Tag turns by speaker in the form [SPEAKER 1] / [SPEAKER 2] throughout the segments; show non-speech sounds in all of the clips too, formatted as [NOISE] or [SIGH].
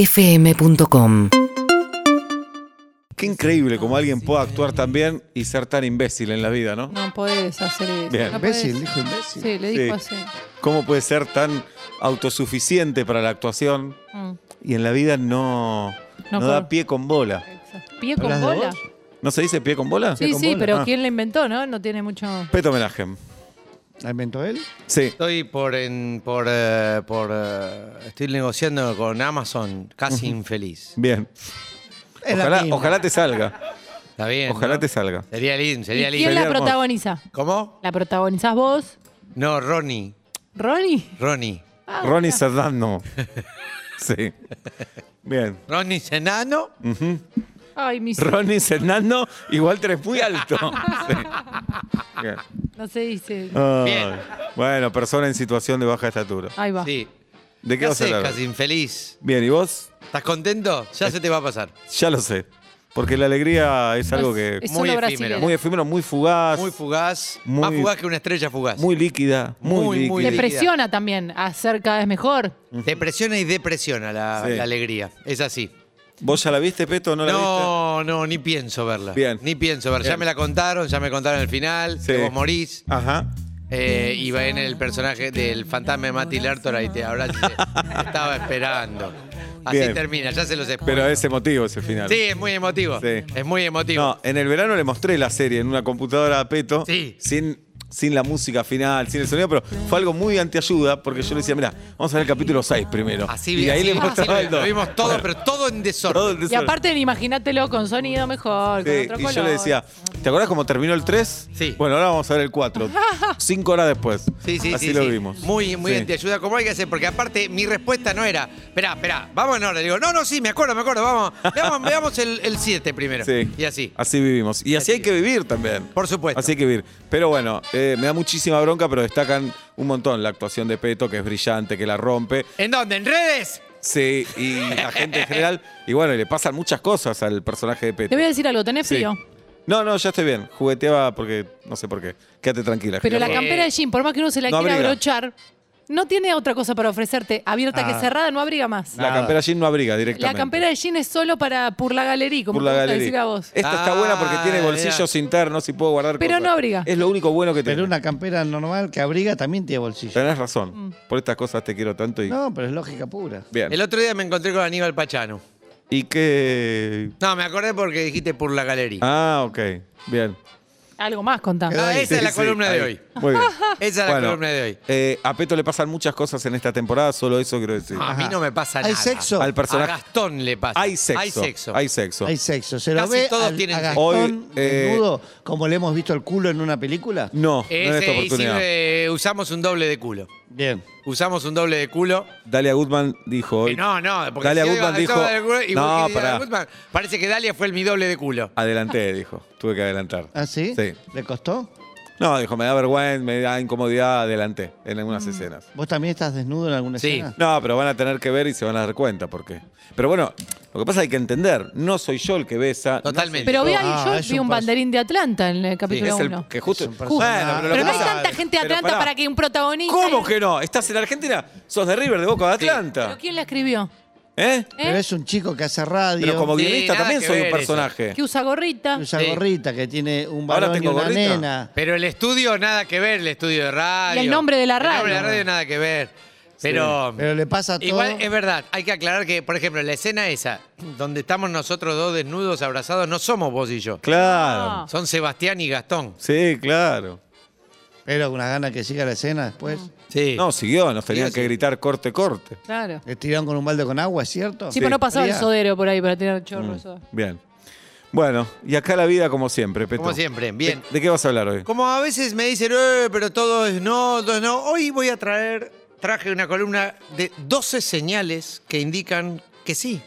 [SPEAKER 1] UrbanaPlayFM.com
[SPEAKER 2] Qué increíble
[SPEAKER 3] Ah,
[SPEAKER 2] como alguien pueda actuar tan bien y ser tan imbécil en la vida, ¿no?
[SPEAKER 3] No podés hacer eso.
[SPEAKER 2] Bien.
[SPEAKER 3] no podés.
[SPEAKER 4] Imbécil, dijo imbécil.
[SPEAKER 3] Sí, le dijo así.
[SPEAKER 2] ¿Cómo puede ser tan autosuficiente para la actuación
[SPEAKER 3] Mm,
[SPEAKER 2] y en la vida no,
[SPEAKER 3] No
[SPEAKER 2] no
[SPEAKER 3] puedo.
[SPEAKER 2] da pie con bola?
[SPEAKER 3] exacto. ¿Pie con
[SPEAKER 4] ¿Hablas de
[SPEAKER 3] bola?
[SPEAKER 4] vos?
[SPEAKER 2] ¿No se dice pie con bola?
[SPEAKER 3] Sí, sí, pero
[SPEAKER 2] Ah.
[SPEAKER 3] ¿quién la inventó, no? No tiene mucho...
[SPEAKER 2] Peto Menagem.
[SPEAKER 4] ¿La inventó él?
[SPEAKER 2] Sí.
[SPEAKER 5] Estoy por en- por, eh, por, eh, estoy negociando con Amazon, casi infeliz.
[SPEAKER 2] Bien.
[SPEAKER 4] Es la
[SPEAKER 2] Ojalá,
[SPEAKER 4] misma.
[SPEAKER 2] ojalá te
[SPEAKER 4] [LAUGHS]
[SPEAKER 2] salga.
[SPEAKER 5] Está bien.
[SPEAKER 2] Ojalá
[SPEAKER 5] ¿no?
[SPEAKER 2] te salga.
[SPEAKER 5] Sería lindo,
[SPEAKER 3] ¿Y
[SPEAKER 5] sería
[SPEAKER 3] quién
[SPEAKER 5] lindo.
[SPEAKER 3] la
[SPEAKER 2] Hermoso.
[SPEAKER 3] protagoniza?
[SPEAKER 5] ¿Cómo?
[SPEAKER 3] ¿La protagonizás vos?
[SPEAKER 5] No, Ronnie.
[SPEAKER 3] ¿Ronnie?
[SPEAKER 5] Ronnie.
[SPEAKER 3] Ah,
[SPEAKER 2] Ronnie
[SPEAKER 4] [LAUGHS]
[SPEAKER 2] Sardano. Sí. Bien.
[SPEAKER 5] Ronnie Senano.
[SPEAKER 2] Mm.
[SPEAKER 3] Ay, mis...
[SPEAKER 2] Ronnie Sardano, igual tres muy
[SPEAKER 3] [LAUGHS]
[SPEAKER 2] alto. Sí. Bien.
[SPEAKER 3] No se dice.
[SPEAKER 2] Ay.
[SPEAKER 5] Bien.
[SPEAKER 2] Bueno, persona en situación de baja estatura.
[SPEAKER 3] Ahí va.
[SPEAKER 5] Sí.
[SPEAKER 2] ¿De
[SPEAKER 5] ¿Qué
[SPEAKER 2] qué vas a
[SPEAKER 5] haces,
[SPEAKER 2] hablar?
[SPEAKER 5] casi infeliz?
[SPEAKER 2] Bien, ¿y vos?
[SPEAKER 5] ¿Estás contento? Ya se te va a pasar.
[SPEAKER 2] Ya lo sé. Porque la alegría es algo
[SPEAKER 3] No,
[SPEAKER 2] que
[SPEAKER 3] es
[SPEAKER 5] muy
[SPEAKER 3] solo
[SPEAKER 5] efímero.
[SPEAKER 3] brasilero.
[SPEAKER 2] muy efímero, muy fugaz,
[SPEAKER 5] Muy
[SPEAKER 2] muy,
[SPEAKER 5] fugaz.
[SPEAKER 2] Muy-
[SPEAKER 5] Más fugaz que una estrella fugaz.
[SPEAKER 2] líquida, muy,
[SPEAKER 5] Muy, muy
[SPEAKER 2] líquida.
[SPEAKER 3] Te presiona también a ser cada vez mejor.
[SPEAKER 5] Te presiona y depresiona la,
[SPEAKER 2] Sí.
[SPEAKER 5] la alegría. Es así.
[SPEAKER 2] ¿Vos ya la viste, Peto? ¿No la viste?
[SPEAKER 5] No, no, ni pienso verla.
[SPEAKER 2] Bien.
[SPEAKER 5] Ni pienso verla. Ya
[SPEAKER 2] Bien.
[SPEAKER 5] me la contaron, ya me contaron el final.
[SPEAKER 2] Sí.
[SPEAKER 5] Que vos morís.
[SPEAKER 2] Ajá.
[SPEAKER 5] Eh, y va en el personaje del fantasma de Mati Lertora y te ahora sí te estaba esperando. Así
[SPEAKER 2] Bien.
[SPEAKER 5] termina, ya se los espero.
[SPEAKER 2] Pero es emotivo ese final.
[SPEAKER 5] Sí, es muy emotivo.
[SPEAKER 2] Sí.
[SPEAKER 5] Es muy emotivo.
[SPEAKER 2] No, en el verano le mostré la serie en una computadora a Peto.
[SPEAKER 5] Sí.
[SPEAKER 2] Sin, sin la música final, sin el sonido, pero fue algo muy antiayuda porque yo le decía, mira, vamos a ver el capítulo 6 primero.
[SPEAKER 5] Así
[SPEAKER 2] y ahí
[SPEAKER 5] así-
[SPEAKER 2] le mostraba
[SPEAKER 5] así
[SPEAKER 2] el
[SPEAKER 5] lo,
[SPEAKER 2] dos.
[SPEAKER 5] vimos todo,
[SPEAKER 2] Bueno,
[SPEAKER 5] pero todo en desorden.
[SPEAKER 2] todo el
[SPEAKER 3] Y
[SPEAKER 2] desorden.
[SPEAKER 3] aparte, imagínatelo con sonido mejor, con
[SPEAKER 2] Sí,
[SPEAKER 3] otro
[SPEAKER 2] y
[SPEAKER 3] color.
[SPEAKER 2] yo le decía, ¿te acordás cómo terminó el 3?
[SPEAKER 5] Sí.
[SPEAKER 2] Bueno, ahora vamos a ver el 4.
[SPEAKER 3] [LAUGHS]
[SPEAKER 2] Cinco horas después.
[SPEAKER 5] Sí, sí,
[SPEAKER 2] Así
[SPEAKER 5] sí,
[SPEAKER 2] lo
[SPEAKER 5] sí.
[SPEAKER 2] vimos.
[SPEAKER 5] Muy, muy
[SPEAKER 2] Sí.
[SPEAKER 5] bien, te ayuda como hay que hacer, porque aparte mi respuesta no era, espera, espera, vamos en hora. Le digo, no, no, sí, me acuerdo, me acuerdo, vamos, veamos, veamos el 7 primero.
[SPEAKER 2] Sí.
[SPEAKER 5] Y así.
[SPEAKER 2] Así vivimos. Y así hay que vivir también.
[SPEAKER 5] Por supuesto.
[SPEAKER 2] Así hay que vivir. Pero bueno, eh, me da muchísima bronca, pero destacan un montón la actuación de Peto, que es brillante, que la rompe.
[SPEAKER 5] ¿En dónde? ¿En redes?
[SPEAKER 2] Sí, y la gente en
[SPEAKER 5] [LAUGHS]
[SPEAKER 2] general. Y bueno, y le pasan muchas cosas al personaje de
[SPEAKER 3] Te
[SPEAKER 2] Peto.
[SPEAKER 3] voy a decir algo, tenés
[SPEAKER 2] Sí.
[SPEAKER 3] frío.
[SPEAKER 2] No, no, ya estoy bien. Jugueteaba porque no sé por qué. Quédate tranquila.
[SPEAKER 3] Pero la
[SPEAKER 2] Gerardo.
[SPEAKER 3] campera de jean, por más que uno se la
[SPEAKER 2] No
[SPEAKER 3] quiera
[SPEAKER 2] abriga.
[SPEAKER 3] abrochar, no tiene otra cosa para ofrecerte. Abierta que
[SPEAKER 4] Ah.
[SPEAKER 3] cerrada, no abriga más.
[SPEAKER 2] La campera Jean no abriga
[SPEAKER 3] La
[SPEAKER 2] directamente.
[SPEAKER 3] campera de jean es solo para por la galería, como
[SPEAKER 2] Por
[SPEAKER 3] te
[SPEAKER 2] la
[SPEAKER 3] gusta
[SPEAKER 2] galería.
[SPEAKER 3] decir a vos.
[SPEAKER 2] Esta está buena porque tiene
[SPEAKER 5] Ah,
[SPEAKER 2] bolsillos internos y puedo guardar
[SPEAKER 3] Pero
[SPEAKER 2] cosas.
[SPEAKER 3] no abriga.
[SPEAKER 2] Es lo único bueno que
[SPEAKER 4] Pero
[SPEAKER 2] tengo.
[SPEAKER 4] una campera normal que abriga también tiene bolsillo.
[SPEAKER 2] Tenés razón.
[SPEAKER 3] Mm.
[SPEAKER 2] Por estas cosas te quiero tanto y.
[SPEAKER 4] No, pero es lógica pura.
[SPEAKER 2] Bien.
[SPEAKER 5] El otro día me encontré con Aníbal Pachano.
[SPEAKER 2] Y que.
[SPEAKER 5] No, me acordé porque dijiste por la galería.
[SPEAKER 2] Ah, ok. Bien.
[SPEAKER 3] Algo más contame.
[SPEAKER 4] Quedó
[SPEAKER 5] Ah,
[SPEAKER 4] ahí.
[SPEAKER 5] esa es la
[SPEAKER 2] Sí,
[SPEAKER 5] columna
[SPEAKER 2] ahí.
[SPEAKER 5] de hoy.
[SPEAKER 2] Muy
[SPEAKER 3] [LAUGHS]
[SPEAKER 2] bien.
[SPEAKER 5] Esa es la
[SPEAKER 2] Bueno,
[SPEAKER 5] columna de hoy.
[SPEAKER 2] eh, a Peto le pasan muchas cosas en esta temporada, solo eso quiero decir.
[SPEAKER 5] A mí
[SPEAKER 4] Ajá.
[SPEAKER 5] no me pasa
[SPEAKER 4] ¿Hay
[SPEAKER 5] nada.
[SPEAKER 4] sexo?
[SPEAKER 2] Al personaje.
[SPEAKER 5] A Gastón le pasa.
[SPEAKER 2] Hay sexo.
[SPEAKER 5] Hay sexo.
[SPEAKER 2] Hay sexo.
[SPEAKER 4] Hay sexo. Se lo
[SPEAKER 5] Casi
[SPEAKER 4] ve
[SPEAKER 5] todos
[SPEAKER 4] al-
[SPEAKER 5] tienen
[SPEAKER 4] a
[SPEAKER 5] sexo.
[SPEAKER 4] Gastón
[SPEAKER 2] Hoy, eh,
[SPEAKER 4] desnudo, como le hemos visto el culo en una película.
[SPEAKER 2] No, no en esta
[SPEAKER 5] Ese, y
[SPEAKER 2] oportunidad.
[SPEAKER 5] sirve- usamos un doble de culo.
[SPEAKER 4] Bien.
[SPEAKER 5] Usamos un doble de culo.
[SPEAKER 2] Dalia Goodman dijo
[SPEAKER 5] Eh,
[SPEAKER 2] hoy.
[SPEAKER 5] No, no, porque
[SPEAKER 2] Dalia
[SPEAKER 5] si yo
[SPEAKER 2] Gutman
[SPEAKER 5] digo,
[SPEAKER 2] dijo.
[SPEAKER 5] "Dalia Gutman", y vos
[SPEAKER 2] no,
[SPEAKER 5] dijiste, "Dalia
[SPEAKER 2] pará.
[SPEAKER 5] Gutman", parece que Dalia fue el mi doble de culo. [LAUGHS]
[SPEAKER 2] Adelanté, dijo. Tuve que adelantar.
[SPEAKER 4] ¿Ah, sí?
[SPEAKER 2] Sí.
[SPEAKER 4] ¿Le costó?
[SPEAKER 2] No, dijo, me da vergüenza, me da incomodidad, adelanté en algunas
[SPEAKER 3] Mm.
[SPEAKER 2] escenas.
[SPEAKER 4] ¿Vos también estás desnudo en alguna
[SPEAKER 5] Sí.
[SPEAKER 4] escena?
[SPEAKER 2] No, pero van a tener que ver y se van a dar cuenta por qué. Pero bueno, lo que pasa es que hay que entender, no soy yo el que besa.
[SPEAKER 5] Totalmente.
[SPEAKER 3] Pero vi, ahí-
[SPEAKER 4] Ah,
[SPEAKER 3] yo
[SPEAKER 4] es
[SPEAKER 3] vi
[SPEAKER 4] un
[SPEAKER 3] un
[SPEAKER 4] pas-
[SPEAKER 3] banderín de Atlanta en el
[SPEAKER 2] no
[SPEAKER 3] capítulo
[SPEAKER 2] soy- es
[SPEAKER 3] 1.
[SPEAKER 2] el que justo.
[SPEAKER 4] Es un
[SPEAKER 2] Bueno, pero, lo
[SPEAKER 3] Pero
[SPEAKER 2] que
[SPEAKER 3] no hay
[SPEAKER 2] pasa-
[SPEAKER 3] tanta gente de
[SPEAKER 2] pero
[SPEAKER 3] Atlanta
[SPEAKER 2] pará.
[SPEAKER 3] para que un protagonista.
[SPEAKER 2] ¿Cómo que no? ¿Estás en Argentina? ¿Sos de River, de Boca de Atlanta?
[SPEAKER 3] ¿Pero quién la escribió?
[SPEAKER 2] ¿Eh?
[SPEAKER 4] Pero
[SPEAKER 3] ¿Eh?
[SPEAKER 4] es un chico que hace radio.
[SPEAKER 2] Pero como
[SPEAKER 5] Sí,
[SPEAKER 2] guionista
[SPEAKER 5] nada
[SPEAKER 2] también
[SPEAKER 5] que
[SPEAKER 2] soy un
[SPEAKER 5] ver eso.
[SPEAKER 2] personaje.
[SPEAKER 3] Que usa gorrita.
[SPEAKER 4] usa
[SPEAKER 5] Sí.
[SPEAKER 4] gorrita, que tiene un
[SPEAKER 2] Ahora
[SPEAKER 4] varón y
[SPEAKER 2] tengo
[SPEAKER 4] una
[SPEAKER 2] gorrita.
[SPEAKER 4] nena.
[SPEAKER 5] Pero el estudio nada que ver, el estudio de radio.
[SPEAKER 3] Y el nombre de la
[SPEAKER 5] El nombre de la
[SPEAKER 3] radio.
[SPEAKER 5] radio nada que ver. Pero,
[SPEAKER 4] Pero le pasa todo.
[SPEAKER 5] igual es verdad, hay que aclarar que, por ejemplo, la escena esa, donde estamos nosotros dos desnudos, abrazados, no somos vos y yo.
[SPEAKER 2] Claro.
[SPEAKER 3] No.
[SPEAKER 5] Son Sebastián y Gastón.
[SPEAKER 2] Sí, claro.
[SPEAKER 4] Pero una gana que siga la escena después.
[SPEAKER 5] Sí.
[SPEAKER 2] No, siguió, nos tenían
[SPEAKER 5] Sí,
[SPEAKER 2] que
[SPEAKER 5] sí.
[SPEAKER 2] gritar corte, corte.
[SPEAKER 3] Claro.
[SPEAKER 4] Le tiraron con un balde con agua, ¿es cierto?
[SPEAKER 5] pues
[SPEAKER 3] Sí, pero no pasaba el
[SPEAKER 4] Fría.
[SPEAKER 3] sodero por ahí para tirar chorros.
[SPEAKER 2] Bien. Bueno, y acá la vida como siempre, Peto.
[SPEAKER 5] Como siempre, bien.
[SPEAKER 2] ¿De, de qué vas a hablar hoy?
[SPEAKER 5] Como a veces me dicen, "Eh, pero todo es no, todo es no. Hoy voy a traer, traje una columna de 12 señales que indican que sí,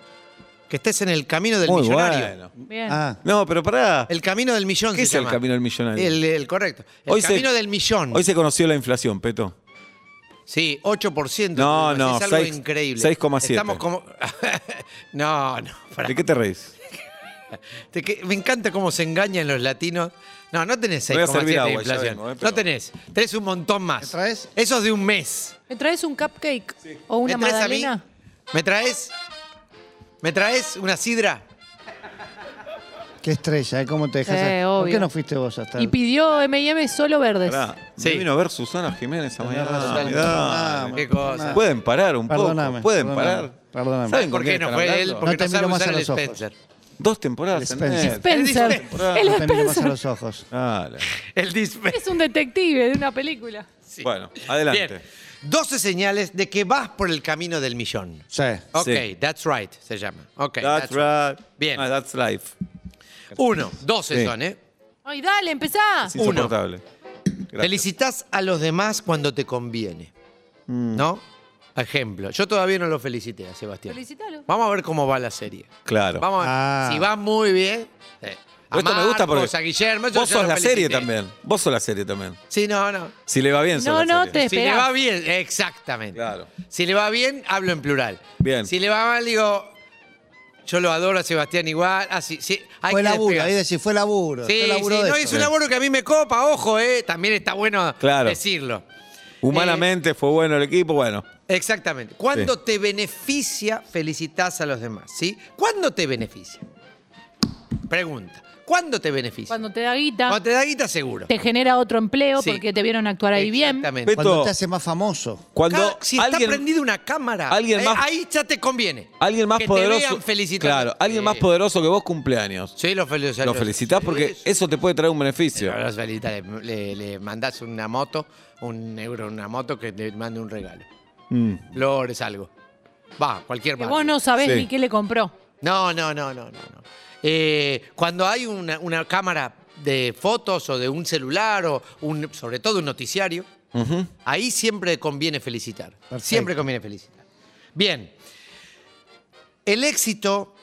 [SPEAKER 5] que estés en el camino del
[SPEAKER 2] Muy
[SPEAKER 5] millonario.
[SPEAKER 2] bueno.
[SPEAKER 3] Bien.
[SPEAKER 4] Ah,
[SPEAKER 2] No, pero pará.
[SPEAKER 5] El camino del millón
[SPEAKER 2] ¿Qué
[SPEAKER 5] se
[SPEAKER 2] es el
[SPEAKER 5] llama.
[SPEAKER 2] camino del millonario?
[SPEAKER 5] El, el correcto. El
[SPEAKER 2] Hoy se-
[SPEAKER 5] camino del millón.
[SPEAKER 2] Hoy se conoció la inflación, Peto.
[SPEAKER 5] Sí, 8%.
[SPEAKER 2] No,
[SPEAKER 5] Pues,
[SPEAKER 2] no,
[SPEAKER 5] Es algo
[SPEAKER 2] seis-
[SPEAKER 5] increíble.
[SPEAKER 2] 6,7.
[SPEAKER 5] Estamos como... [LAUGHS] no, no. pará.
[SPEAKER 2] ¿De qué te reís?
[SPEAKER 5] Te que- me encanta cómo se engañan los latinos. No, no tenés
[SPEAKER 2] Voy a
[SPEAKER 5] 6,7
[SPEAKER 2] servir
[SPEAKER 5] de
[SPEAKER 2] agua, ya
[SPEAKER 5] inflación.
[SPEAKER 2] vengo, eh, pero-
[SPEAKER 5] No tenés. Tenés un montón más.
[SPEAKER 4] ¿Me traes?
[SPEAKER 5] Eso es de un mes.
[SPEAKER 3] ¿Me traes un cupcake? ¿O una
[SPEAKER 5] ¿Me traes a mí?
[SPEAKER 3] magdalena?
[SPEAKER 5] ¿Me traes? ¿Me traes una sidra?
[SPEAKER 4] Qué estrella, ¿eh? ¿Cómo te dejas?
[SPEAKER 3] Eh,
[SPEAKER 4] ¿Por
[SPEAKER 3] obvio.
[SPEAKER 4] qué no fuiste vos hasta
[SPEAKER 3] Y pidió M&M solo verdes.
[SPEAKER 2] Pará,
[SPEAKER 5] Sí. Ah,
[SPEAKER 2] me vino a ver Susana Jiménez esta mañana.
[SPEAKER 4] razón.
[SPEAKER 2] Ah, Mirá.
[SPEAKER 4] Ah,
[SPEAKER 5] Qué cosa.
[SPEAKER 2] Pueden parar un
[SPEAKER 4] Perdóname,
[SPEAKER 2] poco. Pueden
[SPEAKER 4] perdóname,
[SPEAKER 2] parar.
[SPEAKER 4] perdóname.
[SPEAKER 2] ¿Saben
[SPEAKER 5] ¿Por qué
[SPEAKER 2] quién
[SPEAKER 5] no
[SPEAKER 2] están
[SPEAKER 5] fue él?
[SPEAKER 2] hablando?
[SPEAKER 5] Porque
[SPEAKER 4] No
[SPEAKER 5] no,
[SPEAKER 4] te
[SPEAKER 5] sabe
[SPEAKER 4] miro más
[SPEAKER 5] usar
[SPEAKER 4] a
[SPEAKER 5] el
[SPEAKER 4] los ojos.
[SPEAKER 5] Spencer.
[SPEAKER 2] Dos temporadas
[SPEAKER 4] El
[SPEAKER 2] en Netflix.
[SPEAKER 4] Spencer.
[SPEAKER 3] Spencer.
[SPEAKER 2] Temporada.
[SPEAKER 3] Él es
[SPEAKER 4] te miro más a
[SPEAKER 3] Spencer.
[SPEAKER 4] los ojos.
[SPEAKER 2] Dale.
[SPEAKER 5] El Dispenser.
[SPEAKER 3] Es un detective de una película.
[SPEAKER 5] Sí.
[SPEAKER 2] Bueno, adelante.
[SPEAKER 5] Bien. 12 señales de que vas por el camino del millón.
[SPEAKER 4] Sí.
[SPEAKER 5] Ok,
[SPEAKER 2] Sí.
[SPEAKER 5] that's right, se llama. Ok,
[SPEAKER 2] That's right.
[SPEAKER 5] Bien.
[SPEAKER 2] Ah, that's life.
[SPEAKER 5] Uno, 12
[SPEAKER 4] Sí.
[SPEAKER 5] son, ¿eh?
[SPEAKER 3] Ay, dale, empezá.
[SPEAKER 2] Es insoportable. Gracias.
[SPEAKER 5] Felicitas a los demás cuando te conviene.
[SPEAKER 2] Mm.
[SPEAKER 5] ¿No? Ejemplo, yo todavía no lo felicité a Sebastián.
[SPEAKER 3] Felicítalo.
[SPEAKER 5] Vamos a ver cómo va la serie.
[SPEAKER 2] Claro.
[SPEAKER 5] Vamos a
[SPEAKER 4] Ah.
[SPEAKER 5] ver. Si va muy bien. eh, a
[SPEAKER 2] Esto me gusta
[SPEAKER 5] Marcos,
[SPEAKER 2] porque
[SPEAKER 5] a Guillermo. yo
[SPEAKER 2] vos
[SPEAKER 5] ya
[SPEAKER 2] sos
[SPEAKER 5] lo
[SPEAKER 2] la serie
[SPEAKER 5] felicité.
[SPEAKER 2] también. Vos sos la serie también.
[SPEAKER 5] Sí, no, no.
[SPEAKER 2] Si le va bien, sos
[SPEAKER 3] No,
[SPEAKER 2] la
[SPEAKER 3] no,
[SPEAKER 2] serie.
[SPEAKER 3] te
[SPEAKER 5] Si le va
[SPEAKER 3] esperás.
[SPEAKER 5] bien, exactamente.
[SPEAKER 2] Claro.
[SPEAKER 5] Si le va bien, hablo en plural.
[SPEAKER 2] Bien.
[SPEAKER 5] Si le va mal, digo, yo lo adoro a Sebastián igual. Así, sí, hay
[SPEAKER 4] Fue
[SPEAKER 5] que
[SPEAKER 4] laburo,
[SPEAKER 5] despegarse.
[SPEAKER 4] ahí decís, fue laburo.
[SPEAKER 5] Sí,
[SPEAKER 4] fue
[SPEAKER 5] sí,
[SPEAKER 4] laburo de
[SPEAKER 5] no,
[SPEAKER 4] eso.
[SPEAKER 5] es un laburo que a mí me copa, ojo, eh. También está bueno
[SPEAKER 2] eh. Claro.
[SPEAKER 5] decirlo.
[SPEAKER 2] Humanamente fue bueno el equipo, bueno.
[SPEAKER 5] Exactamente. Cuando te beneficia, felicitas a los demás, ¿sí? ¿Cuándo te beneficia? Pregunta. ¿Cuándo te beneficia?
[SPEAKER 3] Cuando te da guita,
[SPEAKER 5] Cuando te da guita seguro.
[SPEAKER 3] te genera otro empleo
[SPEAKER 5] Sí.
[SPEAKER 3] porque te vieron actuar ahí bien.
[SPEAKER 5] Exactamente.
[SPEAKER 2] Beto,
[SPEAKER 4] Cuando te hace más famoso.
[SPEAKER 2] Cuando
[SPEAKER 5] Cada- si está
[SPEAKER 2] alguien,
[SPEAKER 5] prendida una cámara,
[SPEAKER 2] alguien
[SPEAKER 5] eh,
[SPEAKER 2] más-
[SPEAKER 5] ahí ya te conviene.
[SPEAKER 2] alguien más
[SPEAKER 5] que
[SPEAKER 2] poderoso.
[SPEAKER 5] Te vean felicitar.
[SPEAKER 2] claro, alguien más
[SPEAKER 5] Sí.
[SPEAKER 2] poderoso que vos cumpleaños.
[SPEAKER 5] Sí, lo Eh, felicitas.
[SPEAKER 2] Lo felicitas porque eso te puede traer un beneficio.
[SPEAKER 5] Los felicitás, le, le- le mandás una moto, un euro, una moto que te mande un regalo.
[SPEAKER 2] Mm.
[SPEAKER 5] Lores, algo. Va, cualquier
[SPEAKER 3] Que
[SPEAKER 5] marca.
[SPEAKER 3] vos no sabés
[SPEAKER 2] Sí.
[SPEAKER 3] ni qué le compró.
[SPEAKER 5] No, no, no, no, no. no. Eh, cuando hay una, una cámara de fotos o de un celular o un, sobre todo un noticiario,
[SPEAKER 2] Ujú.
[SPEAKER 5] ahí siempre conviene felicitar.
[SPEAKER 4] Perfecto.
[SPEAKER 5] Siempre conviene felicitar. Bien. El éxito,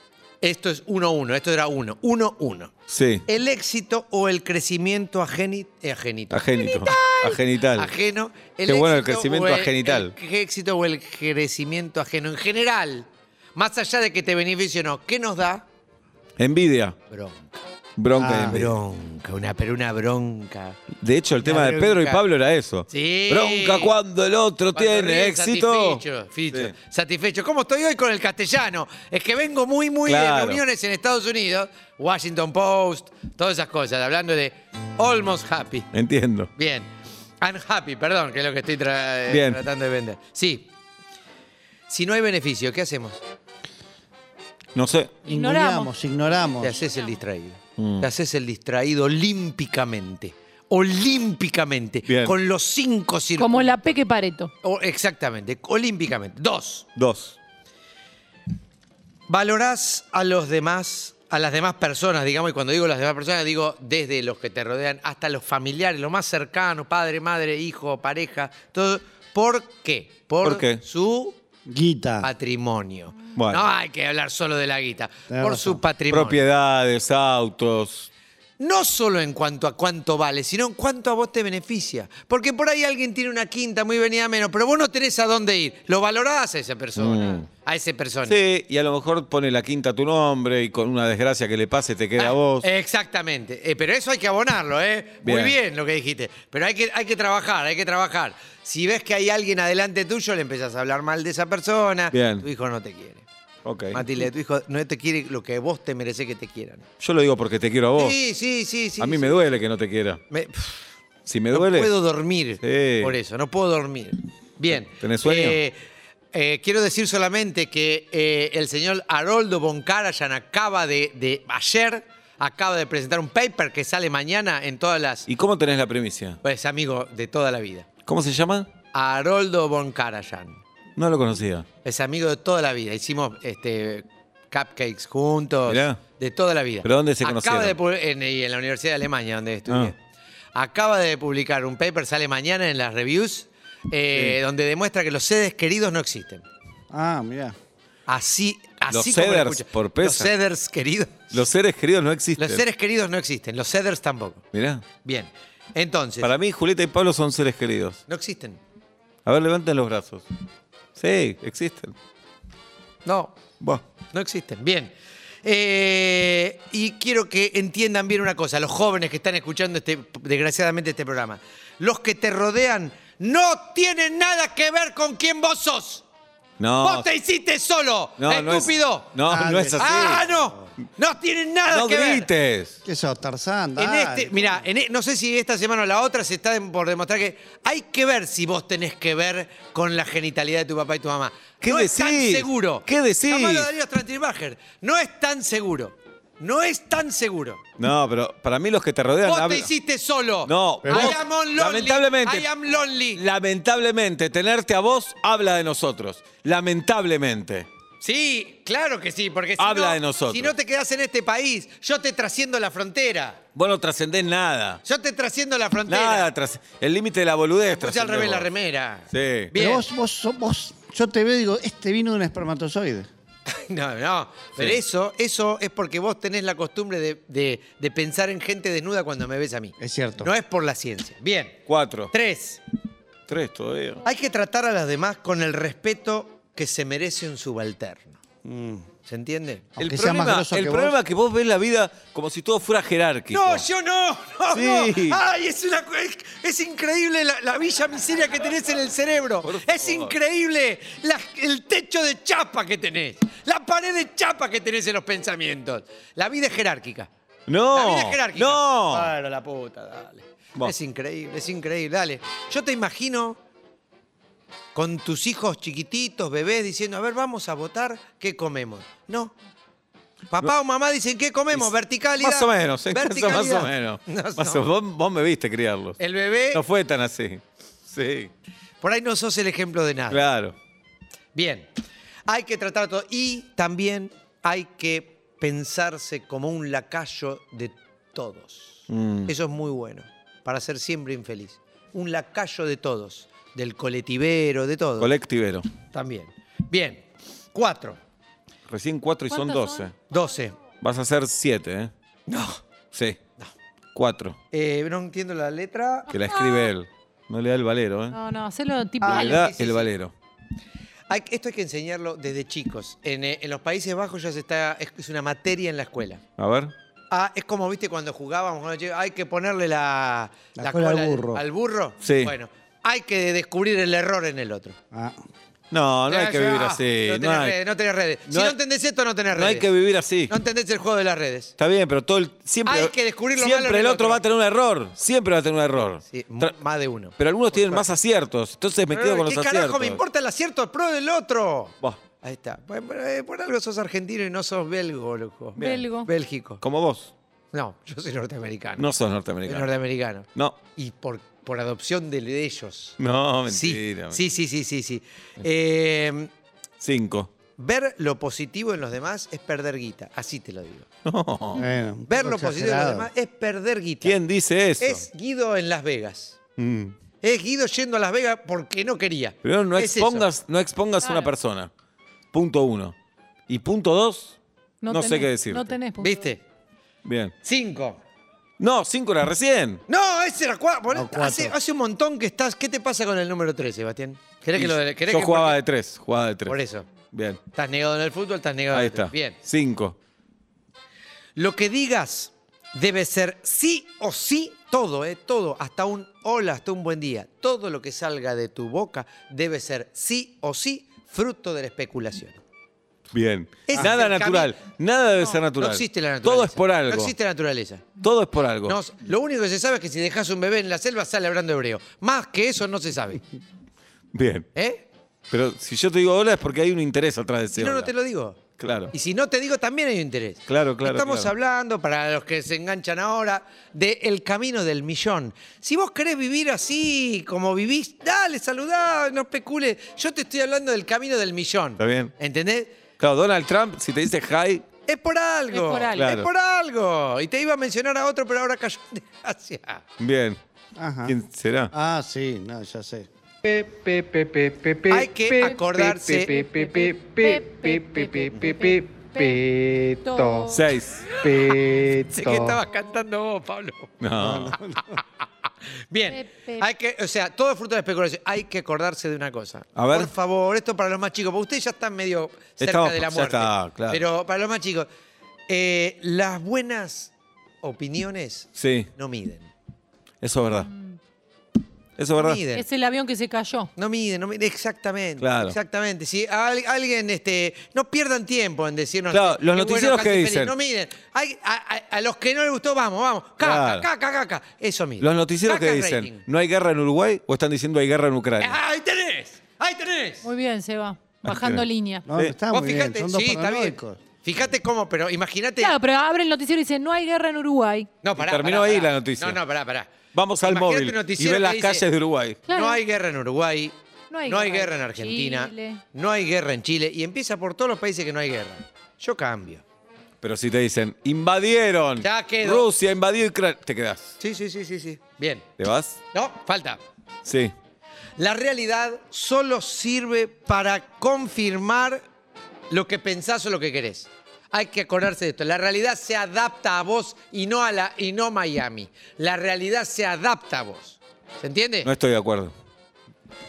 [SPEAKER 5] esto es 1-1, esto era 1, 1-1.
[SPEAKER 2] Sí.
[SPEAKER 5] El éxito o el crecimiento ageni- eh, agenito.
[SPEAKER 2] Agénito. Agenital.
[SPEAKER 5] Ajeno.
[SPEAKER 2] Qué bueno el
[SPEAKER 5] éxito
[SPEAKER 2] crecimiento
[SPEAKER 5] o
[SPEAKER 2] agenital.
[SPEAKER 5] el éxito o el crecimiento ajeno. En general, más allá de que te beneficie o no, ¿qué nos da?
[SPEAKER 2] Envidia.
[SPEAKER 5] Bronca.
[SPEAKER 2] Bronca y
[SPEAKER 4] Ah,
[SPEAKER 2] envidia.
[SPEAKER 5] Bronca, una, pero una bronca.
[SPEAKER 2] De hecho, el tema de
[SPEAKER 5] bronca.
[SPEAKER 2] Pedro y Pablo era eso.
[SPEAKER 5] Sí.
[SPEAKER 2] Bronca cuando el otro
[SPEAKER 5] Cuando
[SPEAKER 2] tiene
[SPEAKER 5] ríes,
[SPEAKER 2] éxito.
[SPEAKER 5] Satisfecho, ficho,
[SPEAKER 2] Sí.
[SPEAKER 5] satisfecho. ¿Cómo estoy hoy con el castellano? Es que vengo muy, muy de
[SPEAKER 2] Claro.
[SPEAKER 5] reuniones en Estados Unidos, Washington Post, todas esas cosas, hablando de almost happy.
[SPEAKER 2] Entiendo.
[SPEAKER 5] Bien. Unhappy, perdón, que es lo que estoy tra- eh,
[SPEAKER 2] Bien.
[SPEAKER 5] tratando de vender. Sí. Si no hay beneficio, ¿qué hacemos?
[SPEAKER 2] No sé.
[SPEAKER 3] Ignoramos.
[SPEAKER 4] Ignoramos, ignoramos.
[SPEAKER 5] Te haces el distraído.
[SPEAKER 2] Mm.
[SPEAKER 5] Te haces el distraído olímpicamente. Olímpicamente.
[SPEAKER 2] Bien.
[SPEAKER 5] Con los cinco circuitos.
[SPEAKER 3] Como la Peque Pareto.
[SPEAKER 5] exactamente, olímpicamente. Dos.
[SPEAKER 2] Dos.
[SPEAKER 5] Valorás a los demás, a las demás personas, digamos, y cuando digo las demás personas, digo desde los que te rodean hasta los familiares, los más cercanos, padre, madre, hijo, pareja, todo. ¿Por qué? Por,
[SPEAKER 2] ¿Por qué?
[SPEAKER 5] su Ah.
[SPEAKER 4] Guita.
[SPEAKER 5] patrimonio.
[SPEAKER 2] Bueno.
[SPEAKER 5] No hay que hablar solo de la guita.
[SPEAKER 4] Tenés
[SPEAKER 5] por
[SPEAKER 4] razón.
[SPEAKER 5] su patrimonio.
[SPEAKER 2] Propiedades, autos.
[SPEAKER 5] No solo en cuanto a cuánto vale, sino en cuánto a vos te beneficia. Porque por ahí alguien tiene una quinta muy venida menos, pero vos no tenés a dónde ir. Lo valorás a esa persona. A esa persona.
[SPEAKER 2] Sí, y a lo mejor pone la quinta a tu nombre y con una desgracia que le pase te queda a vos.
[SPEAKER 5] Ah, Exactamente. Eh, pero eso hay que abonarlo, ¿eh? Muy
[SPEAKER 2] Bien.
[SPEAKER 5] bien lo que dijiste. Pero hay que, hay que trabajar, hay que trabajar. Si ves que hay alguien adelante tuyo, le empezás a hablar mal de esa persona.
[SPEAKER 2] Bien.
[SPEAKER 5] Tu hijo no te quiere.
[SPEAKER 2] Ok.
[SPEAKER 5] Matilde, tu hijo no te quiere lo que vos te mereces que te quieran.
[SPEAKER 2] Yo lo digo porque te quiero a vos.
[SPEAKER 5] Sí, sí, sí, sí.
[SPEAKER 2] a mí
[SPEAKER 5] sí.
[SPEAKER 2] me duele que no te quiera.
[SPEAKER 5] Me-
[SPEAKER 2] Si me duele.
[SPEAKER 5] No puedo dormir
[SPEAKER 2] Sí.
[SPEAKER 5] por eso, no puedo dormir. Bien.
[SPEAKER 2] ¿Tenés sueño?
[SPEAKER 5] Eh, eh, quiero decir solamente que eh, el señor Haroldo Boncarayan acaba de, de- ayer, acaba de presentar un paper que sale mañana en todas las...
[SPEAKER 2] ¿Y cómo tenés la primicia?
[SPEAKER 5] Pues amigo de toda la vida.
[SPEAKER 2] ¿Cómo se llama?
[SPEAKER 5] Haroldo Boncarayan.
[SPEAKER 2] No lo conocía.
[SPEAKER 5] Es amigo de toda la vida. Hicimos este, cupcakes juntos.
[SPEAKER 2] Mirá.
[SPEAKER 5] De toda la vida.
[SPEAKER 2] ¿Pero dónde se
[SPEAKER 5] Acaba
[SPEAKER 2] conocieron? Ah.
[SPEAKER 5] de pu- en, en la Universidad de Alemania, donde estudié. Acaba de publicar un paper, sale mañana en las reviews, eh, donde demuestra que los sedes queridos no existen.
[SPEAKER 4] Ah, mira.
[SPEAKER 5] Así, así
[SPEAKER 2] Los
[SPEAKER 5] como lo
[SPEAKER 2] ceders
[SPEAKER 5] escucha.
[SPEAKER 2] por
[SPEAKER 5] Los
[SPEAKER 2] pesa. [LAUGHS]
[SPEAKER 5] ceders queridos.
[SPEAKER 2] Los seres queridos no existen.
[SPEAKER 5] Los seres queridos no existen. Los ceders tampoco.
[SPEAKER 2] Mirá.
[SPEAKER 5] Bien. Entonces,
[SPEAKER 2] Para mí, Julieta y Pablo son seres queridos.
[SPEAKER 5] no existen.
[SPEAKER 2] A ver, levanten los brazos. Sí, existen.
[SPEAKER 5] No,
[SPEAKER 2] Buah.
[SPEAKER 5] No existen. Bien. Eh, y quiero que entiendan bien una cosa, los jóvenes que están escuchando este, desgraciadamente este programa. Los que te rodean no tienen nada que ver con quién vos sos.
[SPEAKER 2] No.
[SPEAKER 5] Vos te hiciste solo,
[SPEAKER 2] No, no es-
[SPEAKER 5] estúpido.
[SPEAKER 2] no,
[SPEAKER 4] Ah,
[SPEAKER 2] no es así.
[SPEAKER 5] Ah, no. No tienen nada
[SPEAKER 2] No
[SPEAKER 5] que ver.
[SPEAKER 2] grites.
[SPEAKER 4] ¿Qué sos, Tarzán?
[SPEAKER 5] En
[SPEAKER 4] Dale.
[SPEAKER 5] este, mira, no sé si esta semana o la otra se está por demostrar que hay que ver si vos tenés que ver con la genitalidad de tu papá y tu mamá.
[SPEAKER 2] ¿Qué
[SPEAKER 5] no es tan
[SPEAKER 2] decís?
[SPEAKER 5] seguro.
[SPEAKER 2] ¿Qué decís?
[SPEAKER 5] Llamalo a Darío Strauss-Tilbacher. No es tan seguro. No es tan seguro.
[SPEAKER 2] No, pero para mí los que te rodean.
[SPEAKER 5] Vos te
[SPEAKER 2] hablan-
[SPEAKER 5] hiciste solo.
[SPEAKER 2] No,
[SPEAKER 5] I
[SPEAKER 2] vos-
[SPEAKER 5] am on lonely.
[SPEAKER 2] lamentablemente-
[SPEAKER 5] I am lonely.
[SPEAKER 2] Lamentablemente, tenerte a vos habla de nosotros. Lamentablemente.
[SPEAKER 5] Sí, claro que sí, porque si
[SPEAKER 2] Habla
[SPEAKER 5] no,
[SPEAKER 2] de nosotros.
[SPEAKER 5] Si no te quedás en este país, yo te trasciendo la frontera.
[SPEAKER 2] Vos no trascendés nada.
[SPEAKER 5] Yo te trasciendo la frontera.
[SPEAKER 2] Nada, tras- el límite de la boludez.
[SPEAKER 5] Escuchá al
[SPEAKER 2] trascendés
[SPEAKER 5] revés la
[SPEAKER 2] vos.
[SPEAKER 5] remera.
[SPEAKER 2] Sí.
[SPEAKER 5] Bien.
[SPEAKER 4] Pero vos, vos, sos- vos, yo te veo y digo, este vino de un espermatozoide.
[SPEAKER 5] [LAUGHS] No, no. Pero
[SPEAKER 2] Sí.
[SPEAKER 5] eso, eso es porque vos tenés la costumbre de, de- de pensar en gente desnuda cuando me ves a mí.
[SPEAKER 4] Es cierto.
[SPEAKER 5] No es por la ciencia. Bien.
[SPEAKER 2] Cuatro.
[SPEAKER 5] Tres.
[SPEAKER 2] Tres todavía.
[SPEAKER 5] Hay que tratar a las demás con el respeto que se merece un subalterno.
[SPEAKER 2] Mm.
[SPEAKER 5] ¿Se entiende?
[SPEAKER 4] Aunque
[SPEAKER 2] el
[SPEAKER 4] sea más
[SPEAKER 2] problema,
[SPEAKER 4] grosso
[SPEAKER 2] el
[SPEAKER 4] que
[SPEAKER 2] problema
[SPEAKER 4] vos.
[SPEAKER 2] es que vos ves la vida como si todo fuera jerárquico.
[SPEAKER 5] No, yo no, no,
[SPEAKER 2] Sí.
[SPEAKER 5] no. Ay, es una cu- es- es increíble la, la villa miseria que tenés en el cerebro.
[SPEAKER 2] Por
[SPEAKER 5] Es
[SPEAKER 2] favor.
[SPEAKER 5] increíble la- el techo de chapa que tenés, la pared de chapa que tenés en los pensamientos. La vida es jerárquica. La
[SPEAKER 2] No.
[SPEAKER 5] vida es jerárquica.
[SPEAKER 2] No.
[SPEAKER 5] Bueno, la puta, dale.
[SPEAKER 2] Bueno.
[SPEAKER 5] Es increíble, es increíble, dale. Yo te imagino con tus hijos chiquititos, bebés, diciendo, a ver, vamos a votar, ¿qué comemos? No. Papá o mamá dicen, ¿qué comemos?
[SPEAKER 2] Es-
[SPEAKER 5] Verticalidad.
[SPEAKER 2] Más o menos, [LAUGHS] en casa
[SPEAKER 5] Verticalidad.
[SPEAKER 2] más o menos.
[SPEAKER 5] No,
[SPEAKER 2] Más
[SPEAKER 5] no.
[SPEAKER 2] o- vos, vos me viste criarlos.
[SPEAKER 5] El bebé,
[SPEAKER 2] No fue tan así. Sí,
[SPEAKER 5] por ahí no sos el ejemplo de nada.
[SPEAKER 2] claro.
[SPEAKER 5] Bien, hay que tratar todo. Y también hay que pensarse como un lacayo de todos. Eso es muy bueno, para ser siempre infeliz. Un lacayo de todos, del colectivero, de todos.
[SPEAKER 2] Colectivero.
[SPEAKER 5] también. Bien, cuatro,
[SPEAKER 2] Recién cuatro y son
[SPEAKER 3] ¿Cuántos
[SPEAKER 2] doce.
[SPEAKER 3] son?
[SPEAKER 5] doce.
[SPEAKER 2] Vas a hacer siete, ¿eh?
[SPEAKER 5] No,
[SPEAKER 2] Sí. Cuatro.
[SPEAKER 5] eh, no entiendo la letra.
[SPEAKER 2] Que la escribe él. No le da el valero, ¿eh?
[SPEAKER 3] No, no, hacelo tipo.
[SPEAKER 5] Ah,
[SPEAKER 2] No le
[SPEAKER 5] lo
[SPEAKER 2] da
[SPEAKER 5] que sí,
[SPEAKER 2] el
[SPEAKER 5] sí.
[SPEAKER 2] valero.
[SPEAKER 5] Hay- esto hay que enseñarlo desde chicos. En, eh, en los Países Bajos ya se está, es- es una materia en la escuela.
[SPEAKER 2] A ver.
[SPEAKER 5] Ah, es como, viste, cuando jugábamos, cuando llega- hay que ponerle la,
[SPEAKER 4] La cola al burro.
[SPEAKER 5] al burro.
[SPEAKER 2] Sí.
[SPEAKER 5] Bueno, hay que descubrir el error en el otro.
[SPEAKER 4] Ah,
[SPEAKER 2] No, no hay que
[SPEAKER 5] Ah,
[SPEAKER 2] vivir así.
[SPEAKER 5] No tenés
[SPEAKER 2] No hay,
[SPEAKER 5] redes. no tenés redes.
[SPEAKER 2] no
[SPEAKER 5] si
[SPEAKER 2] hay-
[SPEAKER 5] no entendés esto, no tenés
[SPEAKER 2] no
[SPEAKER 5] redes.
[SPEAKER 2] hay que vivir así.
[SPEAKER 5] No entendés el juego de las redes.
[SPEAKER 2] Está bien, pero todo el, siempre,
[SPEAKER 5] Hay que descubrir lo
[SPEAKER 2] siempre
[SPEAKER 5] malo en
[SPEAKER 2] el
[SPEAKER 5] el
[SPEAKER 2] otro
[SPEAKER 5] otro.
[SPEAKER 2] va a tener un error. Siempre va a tener un error.
[SPEAKER 5] Sí, m-
[SPEAKER 2] Tra-
[SPEAKER 5] más de uno.
[SPEAKER 2] Pero algunos tienen más aciertos. Entonces me quedo
[SPEAKER 5] Pero,
[SPEAKER 2] con
[SPEAKER 5] ¿Qué
[SPEAKER 2] los
[SPEAKER 5] carajo
[SPEAKER 2] aciertos.
[SPEAKER 5] me importa el acierto pro del otro?
[SPEAKER 2] Bah,
[SPEAKER 5] Ahí está. Por, por- por algo sos argentino y no sos belgo, loco.
[SPEAKER 3] Bien. Belgo.
[SPEAKER 5] Bélgico.
[SPEAKER 2] como vos.
[SPEAKER 5] No, yo soy norteamericano.
[SPEAKER 2] No sos
[SPEAKER 5] Soy
[SPEAKER 2] norteamericano.
[SPEAKER 5] norteamericano.
[SPEAKER 2] No.
[SPEAKER 5] Y por, por adopción de, de ellos.
[SPEAKER 2] No,
[SPEAKER 5] Sí,
[SPEAKER 2] mentira.
[SPEAKER 5] Sí, sí, sí, sí, sí. Eh,
[SPEAKER 2] Cinco. [LAUGHS]
[SPEAKER 5] ver lo positivo en los demás es perder guita, así te lo digo.
[SPEAKER 2] No.
[SPEAKER 4] bueno, un
[SPEAKER 5] Ver
[SPEAKER 4] poco
[SPEAKER 5] lo positivo en los
[SPEAKER 4] exagerado.
[SPEAKER 5] demás es perder guita.
[SPEAKER 2] ¿Quién dice eso?
[SPEAKER 5] Es Guido en Las Vegas.
[SPEAKER 2] Mm.
[SPEAKER 5] Es Guido yendo a Las Vegas porque no quería.
[SPEAKER 2] Primero, no
[SPEAKER 5] Es eso.
[SPEAKER 2] expongas, no expongas a una
[SPEAKER 3] Claro.
[SPEAKER 2] persona. Punto uno. Y punto dos, no, sé
[SPEAKER 3] tenés-
[SPEAKER 2] qué decir.
[SPEAKER 3] No tenés punto.
[SPEAKER 5] ¿Viste?
[SPEAKER 2] Bien.
[SPEAKER 5] Cinco.
[SPEAKER 2] No, cinco era recién.
[SPEAKER 5] No, ese era cua- bueno,
[SPEAKER 4] cuatro.
[SPEAKER 5] Hace, hace un montón que estás. ¿Qué te pasa con el número tres, Sebastián? ¿Querés que lo
[SPEAKER 2] Y
[SPEAKER 5] querés
[SPEAKER 2] Yo
[SPEAKER 5] que-
[SPEAKER 2] jugaba de tres, jugaba de tres.
[SPEAKER 5] Por eso.
[SPEAKER 2] Bien.
[SPEAKER 5] Estás negado en el fútbol, estás negado
[SPEAKER 2] Ahí
[SPEAKER 5] en el
[SPEAKER 2] está.
[SPEAKER 5] Bien.
[SPEAKER 2] Cinco.
[SPEAKER 5] Lo que digas debe ser sí o sí todo, ¿eh? Todo, hasta un hola, hasta un buen día. Todo lo que salga de tu boca debe ser sí o sí fruto de la especulación.
[SPEAKER 2] Bien.
[SPEAKER 5] Ese
[SPEAKER 2] nada
[SPEAKER 5] es el
[SPEAKER 2] natural.
[SPEAKER 5] cami-
[SPEAKER 2] Nada debe
[SPEAKER 5] No,
[SPEAKER 2] ser natural.
[SPEAKER 5] No existe la naturaleza.
[SPEAKER 2] Todo es por algo.
[SPEAKER 5] No existe la naturaleza.
[SPEAKER 2] Todo es por algo.
[SPEAKER 5] No, lo único que se sabe es que si dejas un bebé en la selva sale hablando hebreo. Más que eso no se sabe.
[SPEAKER 2] Bien.
[SPEAKER 5] ¿Eh?
[SPEAKER 2] Pero si yo te digo hola es porque hay un interés atrás de ese
[SPEAKER 5] Si no, no
[SPEAKER 2] hola.
[SPEAKER 5] te lo digo.
[SPEAKER 2] Claro.
[SPEAKER 5] Y si no te digo, también hay un interés.
[SPEAKER 2] Claro, claro,
[SPEAKER 5] Estamos
[SPEAKER 2] claro.
[SPEAKER 5] hablando, para los que se enganchan ahora, del camino del millón. Si vos querés vivir así, como vivís, dale, saludá, no especules. Yo te estoy hablando del camino del millón.
[SPEAKER 2] Está bien.
[SPEAKER 5] ¿Entendés?
[SPEAKER 2] Claro, Donald Trump, si te dice hi,
[SPEAKER 5] Es por algo.
[SPEAKER 3] Es por algo.
[SPEAKER 2] Claro.
[SPEAKER 5] Es por algo. Y te iba a mencionar a otro, pero ahora cayó en desgracia.
[SPEAKER 2] bien.
[SPEAKER 4] Ajá.
[SPEAKER 2] ¿Quién será?
[SPEAKER 4] Ah, sí, no, ya sé.
[SPEAKER 5] Hay que acordarse.
[SPEAKER 3] Peto.
[SPEAKER 2] Seis.
[SPEAKER 5] Sé que estabas cantando vos, Pablo.
[SPEAKER 2] No.
[SPEAKER 5] Bien,
[SPEAKER 3] Pepe.
[SPEAKER 5] hay que, o sea, todo es fruto de la especulación. Hay que acordarse de una cosa.
[SPEAKER 2] A ver.
[SPEAKER 5] Por favor, esto para los más chicos, porque ustedes ya están medio cerca
[SPEAKER 2] Estamos-
[SPEAKER 5] de la
[SPEAKER 2] ya
[SPEAKER 5] muerte.
[SPEAKER 2] está, claro.
[SPEAKER 5] Pero para los más chicos, eh, las buenas opiniones
[SPEAKER 2] Sí,
[SPEAKER 5] no miden.
[SPEAKER 2] eso es verdad. Eso es verdad.
[SPEAKER 5] Miden.
[SPEAKER 3] Es el avión que se cayó.
[SPEAKER 5] No miden, no miden. Exactamente.
[SPEAKER 2] Claro.
[SPEAKER 5] Exactamente. Si al- alguien, este, no pierdan tiempo en decirnos.
[SPEAKER 2] Claro,
[SPEAKER 5] qué
[SPEAKER 2] los
[SPEAKER 5] bueno,
[SPEAKER 2] noticieros
[SPEAKER 5] casi
[SPEAKER 2] que
[SPEAKER 5] feliz.
[SPEAKER 2] dicen.
[SPEAKER 5] No miden. Hay- a, a- a los que no les gustó, vamos, vamos. Caca,
[SPEAKER 2] Claro.
[SPEAKER 5] caca, caca. Eso miden.
[SPEAKER 2] Los noticieros
[SPEAKER 5] Caca
[SPEAKER 2] que
[SPEAKER 5] es
[SPEAKER 2] dicen,
[SPEAKER 5] rating. Ah.
[SPEAKER 2] ¿no hay guerra en Uruguay o están diciendo hay guerra en Ucrania?
[SPEAKER 5] ¡Ahí tenés! ¡Ahí tenés!
[SPEAKER 3] Muy bien, Seba. Bajando
[SPEAKER 2] Ahí tenés.
[SPEAKER 3] línea.
[SPEAKER 4] No,
[SPEAKER 2] Sí.
[SPEAKER 4] está
[SPEAKER 5] Vos
[SPEAKER 4] muy
[SPEAKER 5] fijate,
[SPEAKER 4] bien. Son dos
[SPEAKER 5] sí, está bien.
[SPEAKER 4] paranoicos.
[SPEAKER 5] Fíjate cómo, pero imagínate.
[SPEAKER 3] Claro, pero abre el noticiero y dice, no hay guerra en Uruguay.
[SPEAKER 5] No, pará.
[SPEAKER 2] Y terminó
[SPEAKER 5] pará,
[SPEAKER 2] ahí
[SPEAKER 5] pará.
[SPEAKER 2] la noticia.
[SPEAKER 5] No, no, pará, pará.
[SPEAKER 2] Vamos al
[SPEAKER 5] Imagínate un
[SPEAKER 2] móvil y
[SPEAKER 5] noticiero
[SPEAKER 2] ve
[SPEAKER 5] que
[SPEAKER 2] las
[SPEAKER 5] dice,
[SPEAKER 2] calles de Uruguay.
[SPEAKER 3] Claro.
[SPEAKER 5] No hay guerra en Uruguay. No hay, guerra, en Argentina.
[SPEAKER 3] Chile.
[SPEAKER 5] No hay guerra en Chile. Y empieza por todos los países que no hay guerra. Yo cambio.
[SPEAKER 2] Pero si te dicen, invadieron,
[SPEAKER 5] Ya quedó.
[SPEAKER 2] Rusia invadió Ucrania, te quedás.
[SPEAKER 5] Sí, sí, sí, sí, sí. Bien.
[SPEAKER 2] ¿Te vas?
[SPEAKER 5] No, falta.
[SPEAKER 2] Sí.
[SPEAKER 5] La realidad solo sirve para confirmar lo que pensás o lo que querés. Hay que acordarse de esto. La realidad se adapta a vos y no a la y no Miami. La realidad se adapta a vos. ¿Se entiende?
[SPEAKER 2] No estoy de acuerdo.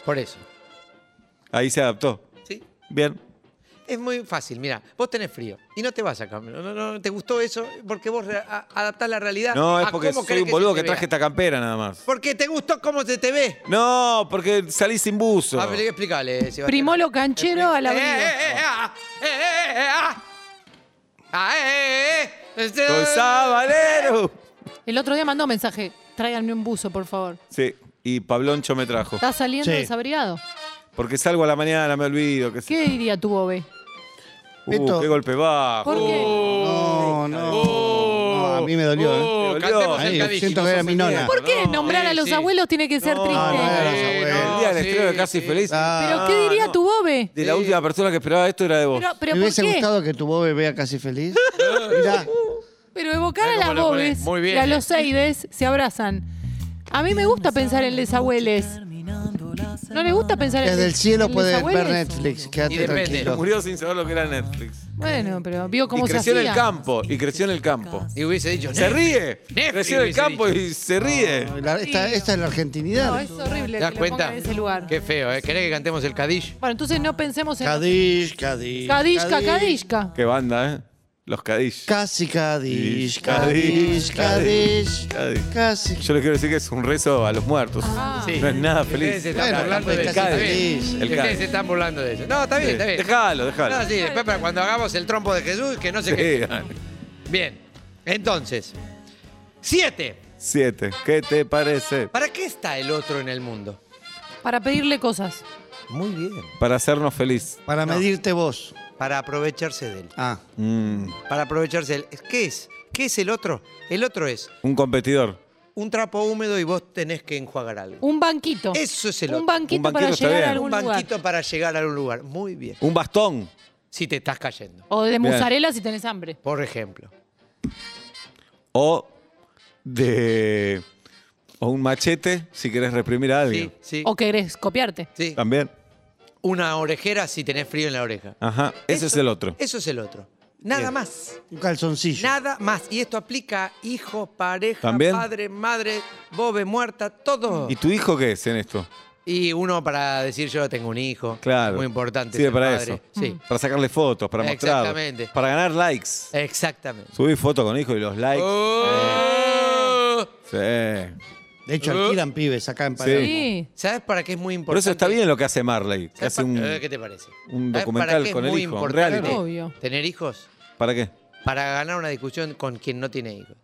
[SPEAKER 5] Por eso.
[SPEAKER 2] Ahí se adaptó.
[SPEAKER 5] ¿Sí?
[SPEAKER 2] Bien.
[SPEAKER 5] Es muy fácil, mira, vos tenés frío y no te vas a cambiar. No, no, no, te gustó eso porque vos re- a- adaptás la realidad.
[SPEAKER 2] No, es
[SPEAKER 5] a
[SPEAKER 2] porque
[SPEAKER 5] Ah, cómo
[SPEAKER 2] soy
[SPEAKER 5] querés
[SPEAKER 2] un boludo
[SPEAKER 5] se
[SPEAKER 2] que,
[SPEAKER 5] te
[SPEAKER 2] traje
[SPEAKER 5] vea.
[SPEAKER 2] esta campera nada más.
[SPEAKER 5] Porque te gustó cómo se te ve.
[SPEAKER 2] No, porque salí sin buzo.
[SPEAKER 5] A ver, explícale, Sebastián.
[SPEAKER 3] Primó lo canchero a la
[SPEAKER 5] Eh,
[SPEAKER 3] avenida.
[SPEAKER 5] eh, eh, ah, eh, eh, eh, ah. Ah, eh, eh, eh. Este-
[SPEAKER 2] ¡Gonzá Valero!
[SPEAKER 5] eh.
[SPEAKER 3] El otro día mandó mensaje, tráiganme un buzo, por favor.
[SPEAKER 2] Sí, y Pabloncho me trajo.
[SPEAKER 3] ¿Estás saliendo
[SPEAKER 4] Sí.
[SPEAKER 3] desabrigado?
[SPEAKER 2] Porque salgo a la mañana, me olvido. Que
[SPEAKER 3] ¿Qué diría tu bobe?
[SPEAKER 2] Uh,
[SPEAKER 4] Beto.
[SPEAKER 2] qué golpe bajo.
[SPEAKER 3] ¿Por
[SPEAKER 5] Uh,
[SPEAKER 3] qué?
[SPEAKER 4] No, no, no, a mí me dolió, ¿eh?
[SPEAKER 5] Oh,
[SPEAKER 2] Me dolió.
[SPEAKER 5] cantemos el
[SPEAKER 2] Ahí,
[SPEAKER 5] Cadillo,
[SPEAKER 4] siento que era
[SPEAKER 5] sos
[SPEAKER 4] mi
[SPEAKER 5] un
[SPEAKER 4] nona.
[SPEAKER 5] viejo.
[SPEAKER 3] ¿Por qué
[SPEAKER 5] No,
[SPEAKER 3] nombrar a
[SPEAKER 5] sí,
[SPEAKER 3] los
[SPEAKER 5] sí.
[SPEAKER 3] abuelos tiene que ser
[SPEAKER 2] No,
[SPEAKER 3] triste?
[SPEAKER 2] Ah, no,
[SPEAKER 4] era los
[SPEAKER 5] Sí,
[SPEAKER 4] abuelos.
[SPEAKER 2] El día del
[SPEAKER 5] sí,
[SPEAKER 2] estreno de Casi
[SPEAKER 5] sí.
[SPEAKER 2] Feliz.
[SPEAKER 4] Ah.
[SPEAKER 3] ¿Pero qué diría
[SPEAKER 2] no.
[SPEAKER 3] tu bobe?
[SPEAKER 2] De la última persona que esperaba esto era de vos.
[SPEAKER 3] Pero, pero
[SPEAKER 4] ¿Me
[SPEAKER 3] ¿por
[SPEAKER 4] hubiese
[SPEAKER 3] qué?
[SPEAKER 4] gustado que tu bobe vea
[SPEAKER 2] [LAUGHS]
[SPEAKER 4] casi feliz? Mirá,
[SPEAKER 3] Pero evocar
[SPEAKER 5] Mirá
[SPEAKER 3] a las
[SPEAKER 5] cómo lo
[SPEAKER 3] bobes
[SPEAKER 5] ponés. Muy bien.
[SPEAKER 3] y a los eides se abrazan. A mí me gusta pensar en les abueles. ¿No les gusta pensar en
[SPEAKER 4] desde el
[SPEAKER 3] les-
[SPEAKER 4] cielo
[SPEAKER 3] en
[SPEAKER 4] puedes
[SPEAKER 3] les
[SPEAKER 4] ver
[SPEAKER 3] abueles?
[SPEAKER 4] Netflix,
[SPEAKER 5] Y
[SPEAKER 4] quédate
[SPEAKER 5] depende.
[SPEAKER 4] tranquilo.
[SPEAKER 2] Murió sin saber lo que era Netflix.
[SPEAKER 3] Bueno, pero vio
[SPEAKER 2] Y
[SPEAKER 3] cómo se
[SPEAKER 2] creció en el
[SPEAKER 3] hacía.
[SPEAKER 2] campo. Y creció en el campo.
[SPEAKER 5] Y hubiese dicho,
[SPEAKER 2] Se
[SPEAKER 5] "Nef".
[SPEAKER 2] ríe.
[SPEAKER 5] Netflix
[SPEAKER 2] Creció en el
[SPEAKER 5] hubiese
[SPEAKER 2] campo
[SPEAKER 5] dicho.
[SPEAKER 2] y se ríe.
[SPEAKER 4] La- esta, esta es la argentinidad.
[SPEAKER 3] No, es horrible
[SPEAKER 5] ¿Te
[SPEAKER 3] que
[SPEAKER 5] das
[SPEAKER 3] lo pongan
[SPEAKER 5] cuenta?
[SPEAKER 3] en ese lugar.
[SPEAKER 5] Qué feo, ¿eh? ¿Querés que cantemos el Cadillo?
[SPEAKER 3] Bueno, entonces no pensemos en...
[SPEAKER 4] Cadish, Cadish.
[SPEAKER 3] Cadishka, Cadishka.
[SPEAKER 2] Qué banda, ¿eh? Los Cadish.
[SPEAKER 4] Casi Cadish,
[SPEAKER 2] Cadish,
[SPEAKER 4] Cadish,
[SPEAKER 2] Cadish,
[SPEAKER 4] Cadish.
[SPEAKER 2] Cadish.
[SPEAKER 4] Casi.
[SPEAKER 2] Yo les quiero decir que es un rezo a los muertos.
[SPEAKER 5] Sí.
[SPEAKER 2] No es nada
[SPEAKER 5] Ah. Ustedes
[SPEAKER 2] feliz.
[SPEAKER 5] se están
[SPEAKER 4] Bueno,
[SPEAKER 5] burlando
[SPEAKER 4] el
[SPEAKER 5] de eso.
[SPEAKER 4] Cádiz.
[SPEAKER 5] está bien.
[SPEAKER 4] Sí,
[SPEAKER 2] el
[SPEAKER 5] Ustedes
[SPEAKER 2] Cádiz.
[SPEAKER 5] se están burlando de eso. No, está bien, está bien.
[SPEAKER 2] Dejalo, dejalo.
[SPEAKER 5] No, sí, después para cuando hagamos el trompo de Jesús, que no sé
[SPEAKER 2] Sí,
[SPEAKER 5] qué.
[SPEAKER 2] dale.
[SPEAKER 5] Bien. Entonces, siete.
[SPEAKER 2] Siete. ¿Qué te parece?
[SPEAKER 5] ¿Para qué está el otro en el mundo?
[SPEAKER 3] Para pedirle cosas.
[SPEAKER 5] Muy bien.
[SPEAKER 2] Para hacernos feliz.
[SPEAKER 4] Para
[SPEAKER 5] No.
[SPEAKER 4] medirte vos.
[SPEAKER 5] Para aprovecharse de él.
[SPEAKER 4] Ah,
[SPEAKER 2] Mm,
[SPEAKER 5] Para aprovecharse de él. ¿Qué es? ¿Qué es el otro? El otro es
[SPEAKER 2] un competidor.
[SPEAKER 5] un trapo húmedo y vos tenés que enjuagar algo.
[SPEAKER 3] Un banquito.
[SPEAKER 5] Eso es el
[SPEAKER 3] Un
[SPEAKER 5] otro.
[SPEAKER 3] banquito,
[SPEAKER 2] Un banquito
[SPEAKER 3] para
[SPEAKER 2] está
[SPEAKER 3] llegar
[SPEAKER 2] bien.
[SPEAKER 3] a algún
[SPEAKER 5] Un
[SPEAKER 3] lugar.
[SPEAKER 5] banquito para llegar a un lugar. Muy bien.
[SPEAKER 2] Un bastón.
[SPEAKER 5] Si te estás cayendo,
[SPEAKER 3] O de
[SPEAKER 2] Bien.
[SPEAKER 3] mozzarella si tenés hambre.
[SPEAKER 5] por ejemplo.
[SPEAKER 2] O de. O un machete si querés reprimir a alguien.
[SPEAKER 5] Sí, sí.
[SPEAKER 3] O querés copiarte.
[SPEAKER 5] sí.
[SPEAKER 2] También.
[SPEAKER 5] Una orejera si tenés frío en la oreja.
[SPEAKER 2] Ajá. Ese es el otro.
[SPEAKER 5] Eso es el otro. Nada
[SPEAKER 2] Bien.
[SPEAKER 5] más.
[SPEAKER 4] un calzoncillo.
[SPEAKER 5] Nada más. Y esto aplica a hijo, pareja,
[SPEAKER 2] ¿También?
[SPEAKER 5] padre, madre, bobe muerta, todo.
[SPEAKER 2] ¿Y tu hijo qué es en esto?
[SPEAKER 5] Y uno para decir yo tengo un hijo.
[SPEAKER 2] Claro.
[SPEAKER 5] Muy importante.
[SPEAKER 2] Sirve
[SPEAKER 5] ser
[SPEAKER 2] para
[SPEAKER 5] padre.
[SPEAKER 2] eso. Mm.
[SPEAKER 5] Sí.
[SPEAKER 2] Para sacarle fotos, para mostrar.
[SPEAKER 5] Exactamente. Eh.
[SPEAKER 2] Para ganar likes.
[SPEAKER 5] Exactamente.
[SPEAKER 2] Subí fotos con hijo y los likes.
[SPEAKER 5] Oh.
[SPEAKER 2] Sí.
[SPEAKER 4] De
[SPEAKER 2] ¿Eh?
[SPEAKER 4] hecho, alquilan pibes acá en Palermo.
[SPEAKER 3] Sí.
[SPEAKER 5] ¿Sabes para qué es muy importante?
[SPEAKER 2] Por eso está bien lo que hace Marley. que
[SPEAKER 5] ¿Sabes
[SPEAKER 2] hace
[SPEAKER 5] pa-
[SPEAKER 2] un.
[SPEAKER 5] eh, ¿Qué te parece?
[SPEAKER 2] un
[SPEAKER 5] ¿Sabes
[SPEAKER 2] documental
[SPEAKER 5] para qué es
[SPEAKER 2] con el
[SPEAKER 5] muy
[SPEAKER 2] hijo, un
[SPEAKER 5] importante
[SPEAKER 2] reality.
[SPEAKER 3] Obvio.
[SPEAKER 5] ¿Tener hijos?
[SPEAKER 2] ¿Para qué?
[SPEAKER 5] Para ganar una discusión con quien no tiene hijos.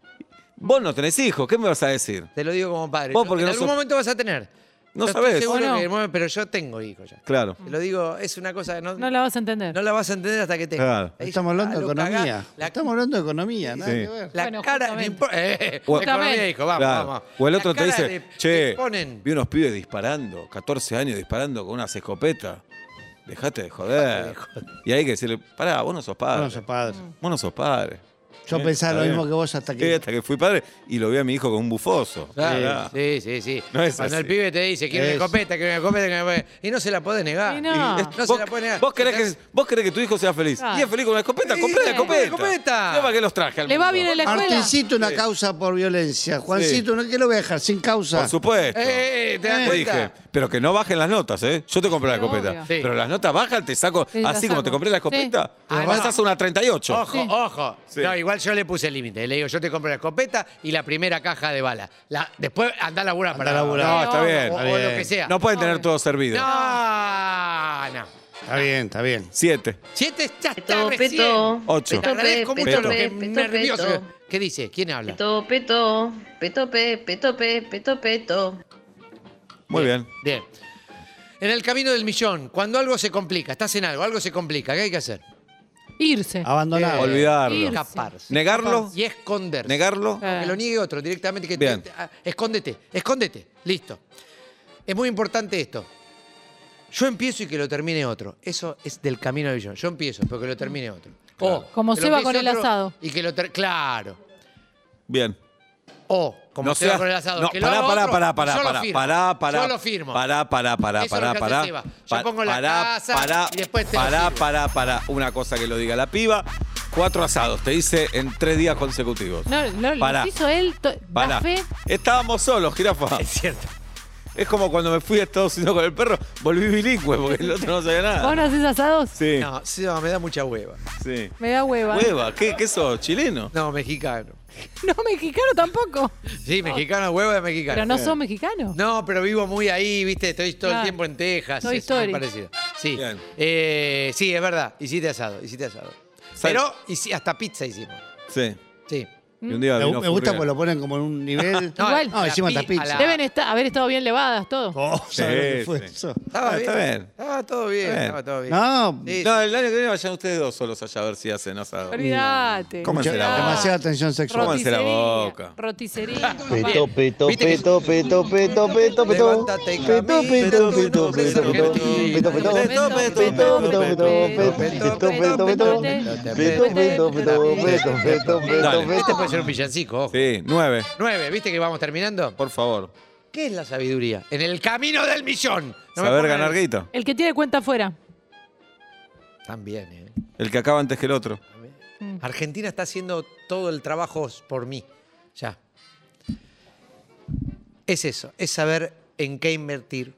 [SPEAKER 2] Vos no tenés hijos, ¿qué me vas a decir?
[SPEAKER 5] Te lo digo como padre.
[SPEAKER 2] Vos
[SPEAKER 5] Yo-
[SPEAKER 2] porque
[SPEAKER 5] en
[SPEAKER 2] no
[SPEAKER 5] algún
[SPEAKER 2] sos-
[SPEAKER 5] momento vas a tener.
[SPEAKER 2] No
[SPEAKER 5] Yo estoy
[SPEAKER 2] sabés.
[SPEAKER 5] seguro
[SPEAKER 3] ¿O no?
[SPEAKER 5] que en el momento- pero yo tengo hijos ya.
[SPEAKER 2] Claro.
[SPEAKER 5] Te lo digo, es una cosa. No,
[SPEAKER 3] No la vas a entender.
[SPEAKER 5] no la vas a entender hasta que te.
[SPEAKER 2] Claro.
[SPEAKER 5] Ahí
[SPEAKER 4] Estamos
[SPEAKER 5] ya
[SPEAKER 3] Ah,
[SPEAKER 4] hablando de
[SPEAKER 5] lo cagás.
[SPEAKER 4] economía.
[SPEAKER 5] La,
[SPEAKER 4] Estamos hablando de economía, nada
[SPEAKER 2] Sí.
[SPEAKER 4] que ver.
[SPEAKER 5] la
[SPEAKER 3] Bueno,
[SPEAKER 5] cara. No
[SPEAKER 3] justamente.
[SPEAKER 5] importa. [LAUGHS] Eh,
[SPEAKER 2] O-
[SPEAKER 5] economía, hijo, vamos,
[SPEAKER 2] Claro.
[SPEAKER 5] vamos.
[SPEAKER 2] O el otro
[SPEAKER 5] La
[SPEAKER 2] te dice,
[SPEAKER 5] cara de-
[SPEAKER 2] che,
[SPEAKER 5] que ponen.
[SPEAKER 2] vi unos pibes disparando, 14 años disparando con unas escopetas. Dejate de joder. Y hay que decirle, pará, vos no sos padre.
[SPEAKER 4] Bueno, sos padre.
[SPEAKER 2] Vos no sos padre.
[SPEAKER 4] Yo
[SPEAKER 2] Eh,
[SPEAKER 4] pensaba
[SPEAKER 2] está
[SPEAKER 4] lo
[SPEAKER 2] bien.
[SPEAKER 4] mismo que vos hasta
[SPEAKER 2] Eh,
[SPEAKER 4] que.
[SPEAKER 2] hasta que fui padre y lo vi a mi hijo con un bufoso.
[SPEAKER 5] Claro,
[SPEAKER 2] Pará.
[SPEAKER 5] Eh, sí, sí, sí.
[SPEAKER 2] No es
[SPEAKER 5] Cuando
[SPEAKER 2] así.
[SPEAKER 5] el pibe te dice, quiero una
[SPEAKER 4] Es-
[SPEAKER 5] escopeta, quiero una escopeta, quiero una escopeta", Y no se la podés negar.
[SPEAKER 3] Y no.
[SPEAKER 5] Y es- [LAUGHS] no se
[SPEAKER 2] Ah. vos,
[SPEAKER 5] la podés negar.
[SPEAKER 2] vos querés que, vos querés que tu hijo sea feliz.
[SPEAKER 3] Claro.
[SPEAKER 2] Y es feliz con una escopeta,
[SPEAKER 5] Sí,
[SPEAKER 2] compré la
[SPEAKER 5] sí,
[SPEAKER 2] escopeta.
[SPEAKER 5] escopeta.
[SPEAKER 2] Mirá para qué los traje al
[SPEAKER 3] Le va
[SPEAKER 2] mundo.
[SPEAKER 3] bien en la escuela.
[SPEAKER 4] Martincito, una causa por violencia. Juancito, ¿no? ¿qué lo voy a dejar sin causa?
[SPEAKER 2] Por supuesto.
[SPEAKER 5] Eh, eh, ¿te das
[SPEAKER 2] Te
[SPEAKER 5] cuenta?
[SPEAKER 2] dije, Pero que no bajen las notas, ¿eh? Yo te compré la
[SPEAKER 3] Sí,
[SPEAKER 2] escopeta.
[SPEAKER 3] obvio.
[SPEAKER 5] Sí.
[SPEAKER 2] Pero las notas bajan, te saco.
[SPEAKER 3] Te la
[SPEAKER 2] así como
[SPEAKER 3] saco.
[SPEAKER 2] te compré la escopeta,
[SPEAKER 5] Sí.
[SPEAKER 2] vas a hacer una 38.
[SPEAKER 5] Ojo, ojo.
[SPEAKER 2] Sí.
[SPEAKER 5] No, igual yo le puse el límite. Le digo, yo te compro la escopeta y la primera caja de bala. La- después andá a laburar para
[SPEAKER 4] a laburar.
[SPEAKER 2] No, está
[SPEAKER 3] No,
[SPEAKER 2] bien.
[SPEAKER 5] O,
[SPEAKER 4] Está
[SPEAKER 5] o
[SPEAKER 4] bien.
[SPEAKER 5] lo que sea.
[SPEAKER 2] No pueden tener
[SPEAKER 3] Obvio.
[SPEAKER 2] todo servido.
[SPEAKER 5] No, no.
[SPEAKER 4] Está bien, está bien.
[SPEAKER 2] Siete.
[SPEAKER 5] Siete ya está
[SPEAKER 1] Peto,
[SPEAKER 5] recién.
[SPEAKER 1] peto.
[SPEAKER 2] Ocho.
[SPEAKER 5] Te
[SPEAKER 1] Peto, pe,
[SPEAKER 5] agradezco mucho
[SPEAKER 1] peto,
[SPEAKER 5] lo que
[SPEAKER 1] pe,
[SPEAKER 5] me
[SPEAKER 1] peto,
[SPEAKER 5] nervioso.
[SPEAKER 1] peto.
[SPEAKER 5] ¿Qué dice? ¿Quién habla?
[SPEAKER 1] Peto, peto, peto, pe, peto, pe, peto, peto.
[SPEAKER 2] Muy bien.
[SPEAKER 5] Bien. En el camino del millón, cuando algo se complica, estás en algo, algo se complica, ¿qué hay que hacer? Eh,
[SPEAKER 3] Irse.
[SPEAKER 5] Ah.
[SPEAKER 4] Abandonado.
[SPEAKER 2] Olvidarlo.
[SPEAKER 3] Irse.
[SPEAKER 5] Escaparse.
[SPEAKER 2] Negarlo.
[SPEAKER 5] Y esconderse.
[SPEAKER 2] Negarlo.
[SPEAKER 3] Eh.
[SPEAKER 5] Que lo niegue otro directamente. Que
[SPEAKER 2] Bien.
[SPEAKER 5] te- ah, escóndete, escóndete. Listo. Es muy importante esto. Yo empiezo y que lo termine otro. Eso es del camino del millón. Yo empiezo, pero que lo termine otro. O,
[SPEAKER 3] Como
[SPEAKER 5] que lo
[SPEAKER 3] Seba con
[SPEAKER 5] empiece
[SPEAKER 3] el
[SPEAKER 5] otro
[SPEAKER 3] asado.
[SPEAKER 5] Y que lo ter- Claro.
[SPEAKER 2] Bien.
[SPEAKER 5] O, como
[SPEAKER 2] no
[SPEAKER 5] Seba
[SPEAKER 2] seas-
[SPEAKER 5] con el asado.
[SPEAKER 2] No,
[SPEAKER 5] que
[SPEAKER 2] pará,
[SPEAKER 5] lo haga
[SPEAKER 2] pará,
[SPEAKER 5] otro,
[SPEAKER 2] pará, pará,
[SPEAKER 5] yo lo
[SPEAKER 2] pará,
[SPEAKER 5] firmo.
[SPEAKER 2] pará, pará.
[SPEAKER 5] Yo lo firmo.
[SPEAKER 2] Pará, pará, pará,
[SPEAKER 5] Eso es
[SPEAKER 2] pará,
[SPEAKER 5] lo que hace
[SPEAKER 2] pará.
[SPEAKER 5] Seba. Yo
[SPEAKER 2] Pa-
[SPEAKER 5] pongo la
[SPEAKER 2] pará,
[SPEAKER 5] casa
[SPEAKER 2] pará,
[SPEAKER 5] y después te lo
[SPEAKER 2] Pará,
[SPEAKER 5] sirvo.
[SPEAKER 2] pará, pará. Una cosa que lo diga la piba. Cuatro asados, te hice en tres días consecutivos.
[SPEAKER 3] No, no, lo
[SPEAKER 2] Pará.
[SPEAKER 3] hizo él. to-
[SPEAKER 2] Pará.
[SPEAKER 3] Da fe.
[SPEAKER 2] Estábamos solos, jirafa.
[SPEAKER 5] Es cierto.
[SPEAKER 2] Es como cuando me fui a Estados Unidos con el perro, volví bilingüe porque el otro no sabía
[SPEAKER 3] ¿Vos no
[SPEAKER 2] nada.
[SPEAKER 3] haces asados?
[SPEAKER 2] Sí,
[SPEAKER 5] No, Seba me da mucha hueva.
[SPEAKER 2] sí.
[SPEAKER 3] Me da hueva.
[SPEAKER 2] Hueva, ¿qué, qué sos? ¿Chileno?
[SPEAKER 5] No, mexicano.
[SPEAKER 3] [LAUGHS] No, mexicano tampoco.
[SPEAKER 5] Sí, mexicano, hueva de mexicano.
[SPEAKER 3] Pero no sos mexicano.
[SPEAKER 5] No, pero vivo muy ahí, viste, estoy todo el
[SPEAKER 3] Claro.
[SPEAKER 5] tiempo en Texas.
[SPEAKER 3] Toy
[SPEAKER 5] es muy
[SPEAKER 3] Story.
[SPEAKER 5] parecido. Sí.
[SPEAKER 2] Bien.
[SPEAKER 5] Eh, sí, es verdad. Hiciste asado, hiciste asado.
[SPEAKER 2] Sal-
[SPEAKER 5] Pero hici- hasta pizza hicimos.
[SPEAKER 2] Sí.
[SPEAKER 5] Sí.
[SPEAKER 2] Y un día
[SPEAKER 4] Me,
[SPEAKER 2] vino
[SPEAKER 4] me gusta
[SPEAKER 2] Furriel.
[SPEAKER 4] porque lo ponen como en un nivel.
[SPEAKER 3] [LAUGHS] No, Igual.
[SPEAKER 4] No, encima
[SPEAKER 5] la
[SPEAKER 4] está pizza.
[SPEAKER 5] pi- a la-
[SPEAKER 3] Deben esta- haber estado bien levadas todos.
[SPEAKER 4] Oh, ¿sabes lo que
[SPEAKER 2] Sí,
[SPEAKER 4] fue
[SPEAKER 2] sí.
[SPEAKER 4] eso?
[SPEAKER 5] Estaba
[SPEAKER 2] Ah, está bien.
[SPEAKER 5] Estaba todo bien,
[SPEAKER 2] Está bien.
[SPEAKER 5] estaba todo bien.
[SPEAKER 4] No,
[SPEAKER 5] Sí,
[SPEAKER 2] No, el año que viene vayan ustedes dos solos allá a ver si hacen asado.
[SPEAKER 3] Olvídate.
[SPEAKER 2] Cómanse la
[SPEAKER 3] Ah,
[SPEAKER 2] boca.
[SPEAKER 4] demasiada tensión sexual.
[SPEAKER 2] Cómanse- la
[SPEAKER 3] roticería,
[SPEAKER 2] boca. [LAUGHS]
[SPEAKER 3] Roticería.
[SPEAKER 6] Peto, peto,
[SPEAKER 5] Viste que-
[SPEAKER 6] peto, peto, peto, peto, peto.
[SPEAKER 5] Levántate y
[SPEAKER 6] Peto,
[SPEAKER 5] camina,
[SPEAKER 6] peto,
[SPEAKER 5] peto,
[SPEAKER 6] peto, peto, peto,
[SPEAKER 5] peto,
[SPEAKER 6] peto, peto, peto.
[SPEAKER 5] peto,
[SPEAKER 6] Peto, peto, peto, peto, peto, peto, peto. Peto, peto, peto, peto, peto,
[SPEAKER 2] Dale.
[SPEAKER 6] peto,
[SPEAKER 5] Este
[SPEAKER 6] peto.
[SPEAKER 5] puede ser un villancico, ojo.
[SPEAKER 2] Sí, nueve,
[SPEAKER 5] Nueve, ¿viste que vamos terminando?
[SPEAKER 2] por favor.
[SPEAKER 5] ¿Qué es la sabiduría? En el camino del millón. No me
[SPEAKER 2] Saber
[SPEAKER 5] pongan-
[SPEAKER 2] ganar guita.
[SPEAKER 3] El que tiene cuenta afuera.
[SPEAKER 5] También, ¿eh?
[SPEAKER 2] El que acaba antes que el otro.
[SPEAKER 5] Argentina está haciendo todo el trabajo por mí. Ya. Es eso, es saber en qué invertir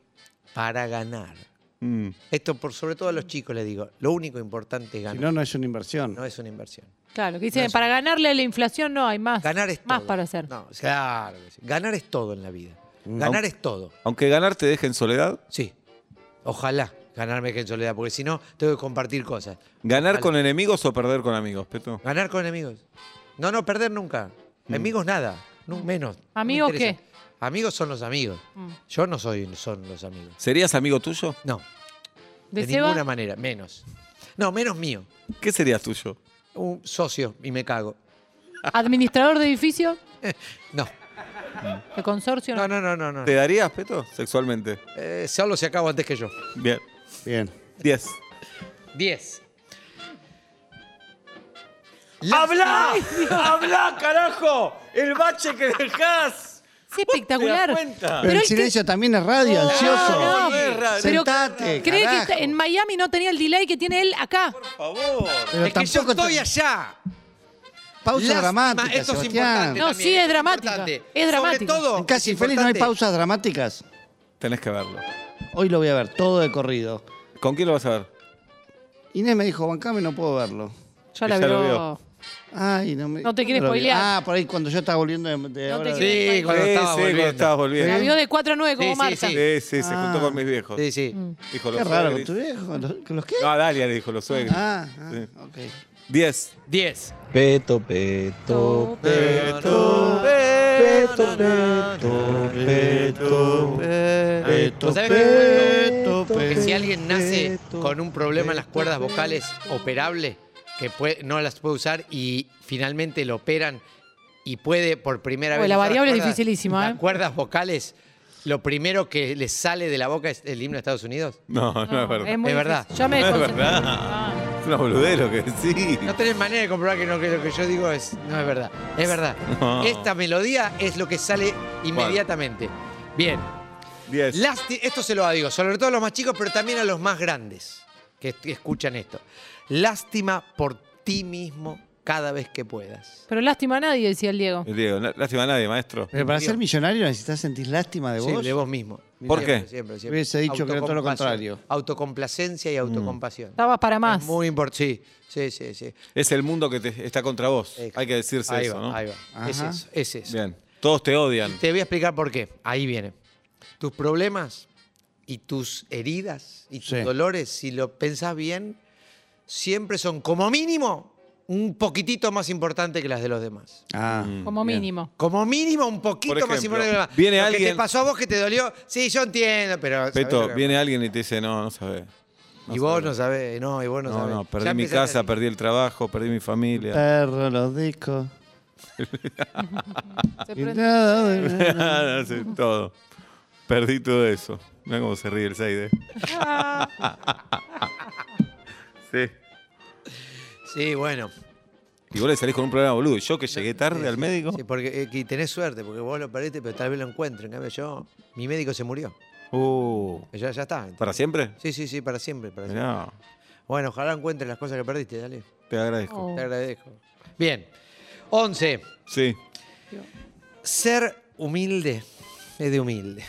[SPEAKER 5] para ganar.
[SPEAKER 2] Mm.
[SPEAKER 5] Esto por sobre todo a los chicos les digo, lo único importante es
[SPEAKER 4] Si
[SPEAKER 5] ganar,
[SPEAKER 4] no,
[SPEAKER 5] no,
[SPEAKER 4] no es una inversión.
[SPEAKER 5] es una inversión.
[SPEAKER 3] Claro, que dicen, para ganarle a la inflación no hay más.
[SPEAKER 5] Ganar es todo.
[SPEAKER 3] Más para hacer.
[SPEAKER 5] No, claro. que sí. Ganar es todo en la vida. Ganar es todo.
[SPEAKER 2] Mm, Aunque ganar te deje en soledad,
[SPEAKER 5] Sí. Ojalá ganarme que en soledad, porque si no, tengo que compartir cosas.
[SPEAKER 2] ganar
[SPEAKER 5] Ojalá.
[SPEAKER 2] con enemigos o perder con amigos, Peto.
[SPEAKER 5] Ganar con enemigos. No, no, perder nunca.
[SPEAKER 2] Mm.
[SPEAKER 5] Amigos nada, nu- menos. No me
[SPEAKER 3] ¿Amigos
[SPEAKER 5] interesa.
[SPEAKER 3] qué? Mm.
[SPEAKER 5] Amigos son los amigos. Yo no soy son los amigos.
[SPEAKER 2] ¿Serías amigo tuyo?
[SPEAKER 5] No,
[SPEAKER 3] De,
[SPEAKER 5] de,
[SPEAKER 3] Seba,
[SPEAKER 5] ninguna manera, menos. No, menos mío.
[SPEAKER 2] ¿Qué serías tuyo?
[SPEAKER 5] Un socio y me cago.
[SPEAKER 3] administrador de edificio,
[SPEAKER 5] No,
[SPEAKER 3] de consorcio.
[SPEAKER 5] no, no, no, no. no.
[SPEAKER 2] ¿Te darías, Peto? Sexualmente.
[SPEAKER 5] Eh, solo se acabo antes que yo.
[SPEAKER 2] Bien.
[SPEAKER 4] Bien.
[SPEAKER 2] Diez.
[SPEAKER 5] 10. [LAUGHS]
[SPEAKER 2] ¡Habla! ¡Habla, carajo! ¡El bache que dejás!
[SPEAKER 3] Es espectacular.
[SPEAKER 2] ¿Vos te das cuenta?
[SPEAKER 4] Pero
[SPEAKER 3] el
[SPEAKER 4] el
[SPEAKER 3] que-
[SPEAKER 4] silencio también es radio, ansioso.
[SPEAKER 3] no,
[SPEAKER 2] Sí, es radio.
[SPEAKER 3] pero
[SPEAKER 4] Sentate,
[SPEAKER 3] cree que
[SPEAKER 4] carajo.
[SPEAKER 3] está- en Miami no tenía el delay que tiene él acá.
[SPEAKER 2] Por favor.
[SPEAKER 4] Pero
[SPEAKER 5] es que yo
[SPEAKER 4] tampoco
[SPEAKER 5] estoy
[SPEAKER 4] te-
[SPEAKER 5] allá.
[SPEAKER 4] pausa
[SPEAKER 5] Lástima,
[SPEAKER 4] dramática,
[SPEAKER 5] Esto es
[SPEAKER 4] Sebastián.
[SPEAKER 5] importante.
[SPEAKER 3] No,
[SPEAKER 5] también,
[SPEAKER 3] sí, es
[SPEAKER 5] esto
[SPEAKER 3] dramática,
[SPEAKER 5] importante.
[SPEAKER 3] es dramática.
[SPEAKER 5] Sobre todo,
[SPEAKER 4] En Casi
[SPEAKER 5] es
[SPEAKER 4] Feliz no hay
[SPEAKER 5] importante-
[SPEAKER 4] pausas dramáticas.
[SPEAKER 2] Tenés que verlo.
[SPEAKER 4] Hoy lo voy a ver todo de corrido.
[SPEAKER 2] ¿Con quién lo vas a ver?
[SPEAKER 4] Inés me dijo, bancame, no puedo verlo.
[SPEAKER 3] Ya la
[SPEAKER 2] Ya lo
[SPEAKER 3] veo.
[SPEAKER 2] vio.
[SPEAKER 4] Ay, no me.
[SPEAKER 3] No te
[SPEAKER 4] ¿dónde
[SPEAKER 3] quieres
[SPEAKER 4] lo vi?
[SPEAKER 3] spoilear.
[SPEAKER 4] Ah, por ahí cuando yo estaba volviendo de, de
[SPEAKER 3] No
[SPEAKER 4] ahora
[SPEAKER 3] te
[SPEAKER 4] de-
[SPEAKER 3] quieres-
[SPEAKER 5] Sí, cuando
[SPEAKER 2] Sí,
[SPEAKER 5] estabas
[SPEAKER 2] sí,
[SPEAKER 5] volviendo.
[SPEAKER 2] cuando estabas volviendo.
[SPEAKER 3] La vio de 4 a 9 como
[SPEAKER 5] Sí, sí,
[SPEAKER 3] Marta.
[SPEAKER 5] sí.
[SPEAKER 2] Sí, sí, se
[SPEAKER 4] Ah.
[SPEAKER 2] juntó con mis viejos.
[SPEAKER 5] Sí, sí.
[SPEAKER 3] Mm.
[SPEAKER 2] Dijo
[SPEAKER 4] Qué
[SPEAKER 2] los
[SPEAKER 4] raro, con
[SPEAKER 2] suegris.
[SPEAKER 4] tu viejo. ¿Los, con los qué?
[SPEAKER 2] No, a Dalia le dijo los suegros.
[SPEAKER 4] Ah, ah,
[SPEAKER 2] Sí.
[SPEAKER 4] ok.
[SPEAKER 2] Diez.
[SPEAKER 5] 10.
[SPEAKER 6] Peto, peto,
[SPEAKER 5] Peto,
[SPEAKER 6] peto, peto, peto, peto, peto,
[SPEAKER 5] Que si alguien nace
[SPEAKER 6] peto,
[SPEAKER 5] con un problema en las cuerdas vocales operable, que pue- no las puede usar y finalmente lo operan y puede por primera
[SPEAKER 3] Uy,
[SPEAKER 5] vez.
[SPEAKER 3] la
[SPEAKER 5] usar
[SPEAKER 3] variable es
[SPEAKER 5] cuerdas-
[SPEAKER 3] dificilísima,
[SPEAKER 5] Las
[SPEAKER 3] ¿eh?
[SPEAKER 5] cuerdas vocales, lo primero que les sale de la boca es el himno de Estados Unidos.
[SPEAKER 2] No, no, es verdad.
[SPEAKER 3] muy
[SPEAKER 5] Es verdad.
[SPEAKER 3] difícil. Ya
[SPEAKER 2] No
[SPEAKER 3] me
[SPEAKER 2] [LAUGHS] es
[SPEAKER 3] desconcentré.
[SPEAKER 2] verdad.
[SPEAKER 3] Ah.
[SPEAKER 2] Es una boludez lo que sí.
[SPEAKER 5] No tenés manera de comprobar que, no- que lo que yo digo es, no es verdad. Es verdad.
[SPEAKER 2] [LAUGHS] No.
[SPEAKER 5] Esta melodía es lo que sale inmediatamente. Bien.
[SPEAKER 2] Diez.
[SPEAKER 5] Lasti- esto se lo digo, sobre todo a los más chicos, pero también a los más grandes que est- escuchan esto. Lástima por ti mismo cada vez que puedas.
[SPEAKER 3] Pero lástima a nadie, decía el Diego.
[SPEAKER 2] El Diego, no- lástima a nadie, maestro.
[SPEAKER 4] Pero para
[SPEAKER 5] Dios.
[SPEAKER 4] ser millonario necesitas sentir lástima de
[SPEAKER 5] Sí,
[SPEAKER 4] vos.
[SPEAKER 5] de vos mismo.
[SPEAKER 2] ¿Por
[SPEAKER 5] Siempre,
[SPEAKER 2] qué?
[SPEAKER 5] Siempre, siempre.
[SPEAKER 4] Hubiese dicho que era todo lo
[SPEAKER 5] Autocompasión.
[SPEAKER 4] contrario.
[SPEAKER 5] Autocomplacencia y
[SPEAKER 2] Mm.
[SPEAKER 5] autocompasión.
[SPEAKER 3] Estabas para más.
[SPEAKER 5] Es muy importante. Sí, sí, sí. sí.
[SPEAKER 2] Es el mundo que te- está contra vos. Hay que decirse
[SPEAKER 5] Ahí
[SPEAKER 2] eso,
[SPEAKER 5] va,
[SPEAKER 2] ¿no?
[SPEAKER 5] Ahí va. Es
[SPEAKER 4] Ajá.
[SPEAKER 5] eso, es eso.
[SPEAKER 2] Bien. Todos te odian.
[SPEAKER 5] Te voy a explicar por qué. Ahí viene. Tus problemas y tus heridas y tus
[SPEAKER 4] Sí.
[SPEAKER 5] dolores, si lo pensás bien, siempre son como mínimo un poquitito más importante que las de los demás.
[SPEAKER 4] Ah.
[SPEAKER 2] Mm,
[SPEAKER 3] como mínimo.
[SPEAKER 5] Como mínimo un poquito
[SPEAKER 2] Por
[SPEAKER 5] más
[SPEAKER 2] ejemplo,
[SPEAKER 5] importante que las demás.
[SPEAKER 2] viene
[SPEAKER 5] lo que
[SPEAKER 2] alguien-
[SPEAKER 5] te pasó a vos que te dolió, sí, yo entiendo, pero... ¿sabés lo
[SPEAKER 2] Peto,
[SPEAKER 5] que-
[SPEAKER 2] viene alguien y te dice, no, no sabés.
[SPEAKER 5] y vos no sabés, no, y vos no,
[SPEAKER 2] No,
[SPEAKER 5] sabés.
[SPEAKER 2] no,
[SPEAKER 5] Ya
[SPEAKER 2] perdí mi
[SPEAKER 5] empezaste
[SPEAKER 2] casa,
[SPEAKER 5] así.
[SPEAKER 2] perdí el trabajo, perdí mi [LAUGHS]
[SPEAKER 5] Eh.
[SPEAKER 2] familia.
[SPEAKER 4] Perro, los discos.
[SPEAKER 2] Ah.
[SPEAKER 3] Se
[SPEAKER 4] Y
[SPEAKER 3] prende-
[SPEAKER 4] nada de-
[SPEAKER 2] Sí, todo. Perdí todo eso. Mira cómo se ríe el Seide.
[SPEAKER 5] [LAUGHS]
[SPEAKER 2] sí.
[SPEAKER 5] Sí, bueno.
[SPEAKER 2] Y vos le salís con un problema, boludo. Y yo que llegué tarde
[SPEAKER 5] Sí,
[SPEAKER 2] al
[SPEAKER 5] sí,
[SPEAKER 2] médico.
[SPEAKER 5] Sí, porque eh, que tenés suerte, porque vos lo perdiste, pero tal vez lo encuentres. En cambio, yo, mi médico se murió.
[SPEAKER 2] Uh,
[SPEAKER 5] Ya, ya está. ¿entendés?
[SPEAKER 2] ¿Para siempre?
[SPEAKER 5] Sí, sí, sí, para siempre. Para siempre.
[SPEAKER 2] Mirá,
[SPEAKER 5] Bueno, ojalá encuentres las cosas que perdiste, dale.
[SPEAKER 2] te agradezco.
[SPEAKER 3] Oh.
[SPEAKER 5] Te agradezco. Bien. 11.
[SPEAKER 2] Sí.
[SPEAKER 5] Ser humilde es de humilde.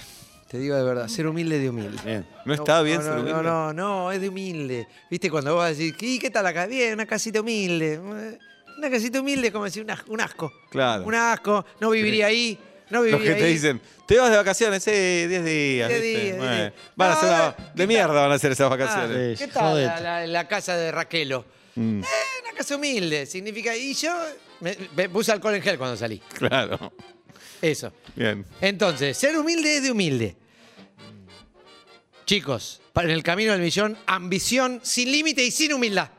[SPEAKER 5] Te digo de verdad, ser humilde es de humilde.
[SPEAKER 4] Bien.
[SPEAKER 2] Eh, ¿No está bien
[SPEAKER 5] no,
[SPEAKER 2] ser
[SPEAKER 5] no,
[SPEAKER 2] humilde?
[SPEAKER 5] No, no, no, es de humilde. Viste, cuando vos decís, ¿y qué tal acá? Bien, una casita humilde. Eh, Una casita humilde es como decir un as- un asco.
[SPEAKER 2] Claro.
[SPEAKER 5] Un asco, no viviría ahí. No viviría
[SPEAKER 2] Los que te
[SPEAKER 5] ahí.
[SPEAKER 2] dicen, te vas de vacaciones, eh, 10 días.
[SPEAKER 5] Diez
[SPEAKER 2] ¿viste?
[SPEAKER 5] días, diez
[SPEAKER 2] Bueno,
[SPEAKER 5] días.
[SPEAKER 2] Van a
[SPEAKER 5] No,
[SPEAKER 2] ser una-
[SPEAKER 5] eh,
[SPEAKER 2] de mierda van a ser esas vacaciones.
[SPEAKER 5] Ah,
[SPEAKER 4] Sí,
[SPEAKER 5] ¿Qué tal la,
[SPEAKER 4] jodete.
[SPEAKER 5] la- la casa de Raquelo?
[SPEAKER 2] Mm,
[SPEAKER 5] Eh, una casa humilde, significa. Y yo me, me puse alcohol en gel cuando salí.
[SPEAKER 2] claro.
[SPEAKER 5] Eso.
[SPEAKER 2] Bien.
[SPEAKER 5] Entonces, ser humilde es de humilde. Chicos, para- en el camino del millón, ambición sin límite y sin humildad.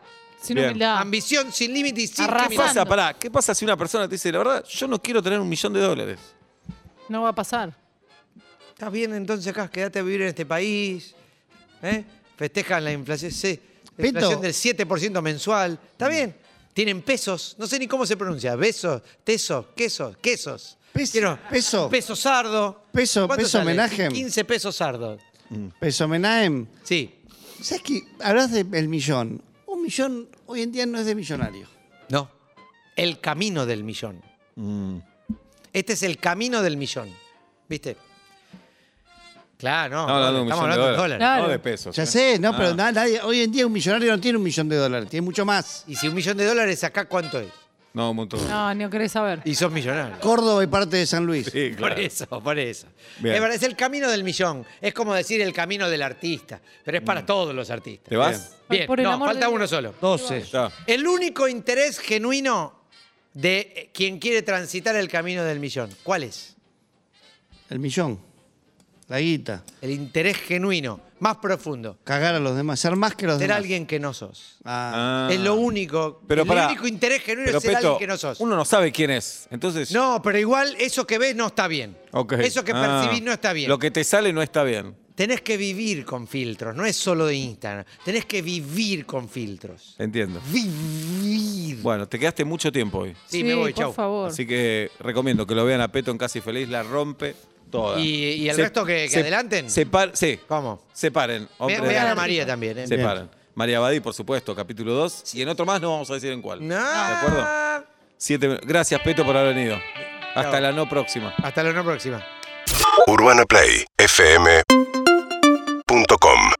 [SPEAKER 3] Sin
[SPEAKER 2] Bien.
[SPEAKER 4] Ah.
[SPEAKER 3] humildad.
[SPEAKER 5] Ambición sin límite y sin
[SPEAKER 3] Arrasando.
[SPEAKER 2] ¿Qué
[SPEAKER 5] humildad.
[SPEAKER 2] pasa, pará, ¿Qué pasa si una persona te dice, la verdad, yo no quiero tener un millón de dólares?
[SPEAKER 3] No va a pasar.
[SPEAKER 5] ¿Estás bien entonces acá? Quédate a vivir en este país. ¿eh? Festejan la inflación, sí, la
[SPEAKER 4] Beto.
[SPEAKER 5] inflación del 7% mensual. ¿Está bien? Tienen pesos, no sé ni cómo se pronuncia. Besos, tesos, quesos, quesos.
[SPEAKER 4] Pes-
[SPEAKER 5] Quiero-
[SPEAKER 4] peso.
[SPEAKER 5] Peso sardo.
[SPEAKER 4] Peso-
[SPEAKER 5] ¿Cuánto
[SPEAKER 4] peso homenaje.
[SPEAKER 5] 15 pesos sardo.
[SPEAKER 4] Peso Menaem.
[SPEAKER 5] Sí.
[SPEAKER 4] ¿Sabes qué? Hablas del millón. Un millón hoy en día no es de millonario.
[SPEAKER 5] No. El camino del millón.
[SPEAKER 2] Mm,
[SPEAKER 5] Este es el camino del millón. ¿Viste? Claro, no.
[SPEAKER 2] Estamos hablando de un
[SPEAKER 5] estamos
[SPEAKER 2] millón de
[SPEAKER 5] hablando
[SPEAKER 2] dólares.
[SPEAKER 5] de dólares.
[SPEAKER 3] Claro.
[SPEAKER 2] No de pesos.
[SPEAKER 4] Ya
[SPEAKER 2] ¿eh?
[SPEAKER 4] sé, no, pero
[SPEAKER 2] Ah,
[SPEAKER 4] na- nadie- hoy en día un millonario no tiene un millón de dólares, tiene mucho más.
[SPEAKER 5] Y si un millón de dólares acá, ¿cuánto es?
[SPEAKER 2] No, un montón.
[SPEAKER 3] No, no querés saber.
[SPEAKER 5] Y sos millonario.
[SPEAKER 4] Córdoba y parte de San Luis.
[SPEAKER 2] Sí, [LAUGHS] claro.
[SPEAKER 5] Por eso, por eso.
[SPEAKER 2] Bien.
[SPEAKER 5] Es, verdad, es el camino del millón. Es como decir el camino del artista. Pero es para todos los artistas.
[SPEAKER 2] Mm. ¿Te vas?
[SPEAKER 3] Ay,
[SPEAKER 5] Bien,
[SPEAKER 3] por el
[SPEAKER 5] no,
[SPEAKER 3] amor
[SPEAKER 5] falta
[SPEAKER 3] de
[SPEAKER 5] uno
[SPEAKER 3] Dios.
[SPEAKER 5] solo.
[SPEAKER 4] 12.
[SPEAKER 2] Ya.
[SPEAKER 5] El único interés genuino de eh, quien quiere transitar el camino del millón. ¿Cuál es?
[SPEAKER 4] El millón. La guita.
[SPEAKER 5] El interés genuino, más profundo.
[SPEAKER 4] Cagar a los demás. Ser más que los
[SPEAKER 5] Ser
[SPEAKER 4] demás.
[SPEAKER 5] alguien que no sos.
[SPEAKER 4] Ah.
[SPEAKER 2] Ah.
[SPEAKER 5] Es lo único.
[SPEAKER 2] Pero
[SPEAKER 5] el
[SPEAKER 2] pará,
[SPEAKER 5] único interés genuino
[SPEAKER 2] Pero
[SPEAKER 5] es ser
[SPEAKER 2] Peto,
[SPEAKER 5] alguien que no sos.
[SPEAKER 2] uno no sabe quién es. Entonces,
[SPEAKER 5] No, pero igual eso que ves no está bien.
[SPEAKER 2] ok.
[SPEAKER 5] Eso que
[SPEAKER 2] Ah,
[SPEAKER 5] percibís no está bien.
[SPEAKER 2] Lo que te sale no está bien.
[SPEAKER 5] Tenés que vivir con filtros, no es solo de Instagram. Tenés que vivir con filtros.
[SPEAKER 2] Entiendo.
[SPEAKER 5] Vivir.
[SPEAKER 2] Bueno, te quedaste mucho tiempo hoy.
[SPEAKER 5] sí, me voy,
[SPEAKER 3] por
[SPEAKER 5] chau.
[SPEAKER 3] favor.
[SPEAKER 2] Así que recomiendo que lo vean a Peto en Casi Feliz, la rompe toda.
[SPEAKER 5] ¿Y- y el resto que- que adelanten?
[SPEAKER 2] Separ, sí,
[SPEAKER 5] ¿Cómo?
[SPEAKER 2] separen.
[SPEAKER 5] Ve-
[SPEAKER 2] hombre
[SPEAKER 5] Vean a María también, ¿eh?
[SPEAKER 2] Separan. María Badí, por supuesto, capítulo 2. Y en otro más no vamos a decir en cuál.
[SPEAKER 5] No.
[SPEAKER 2] ¿De acuerdo? Siete, min- gracias, Peto, por haber venido. Hasta
[SPEAKER 5] Chao.
[SPEAKER 2] la no próxima.
[SPEAKER 5] Hasta la no próxima.
[SPEAKER 7] UrbanaPlayFM.com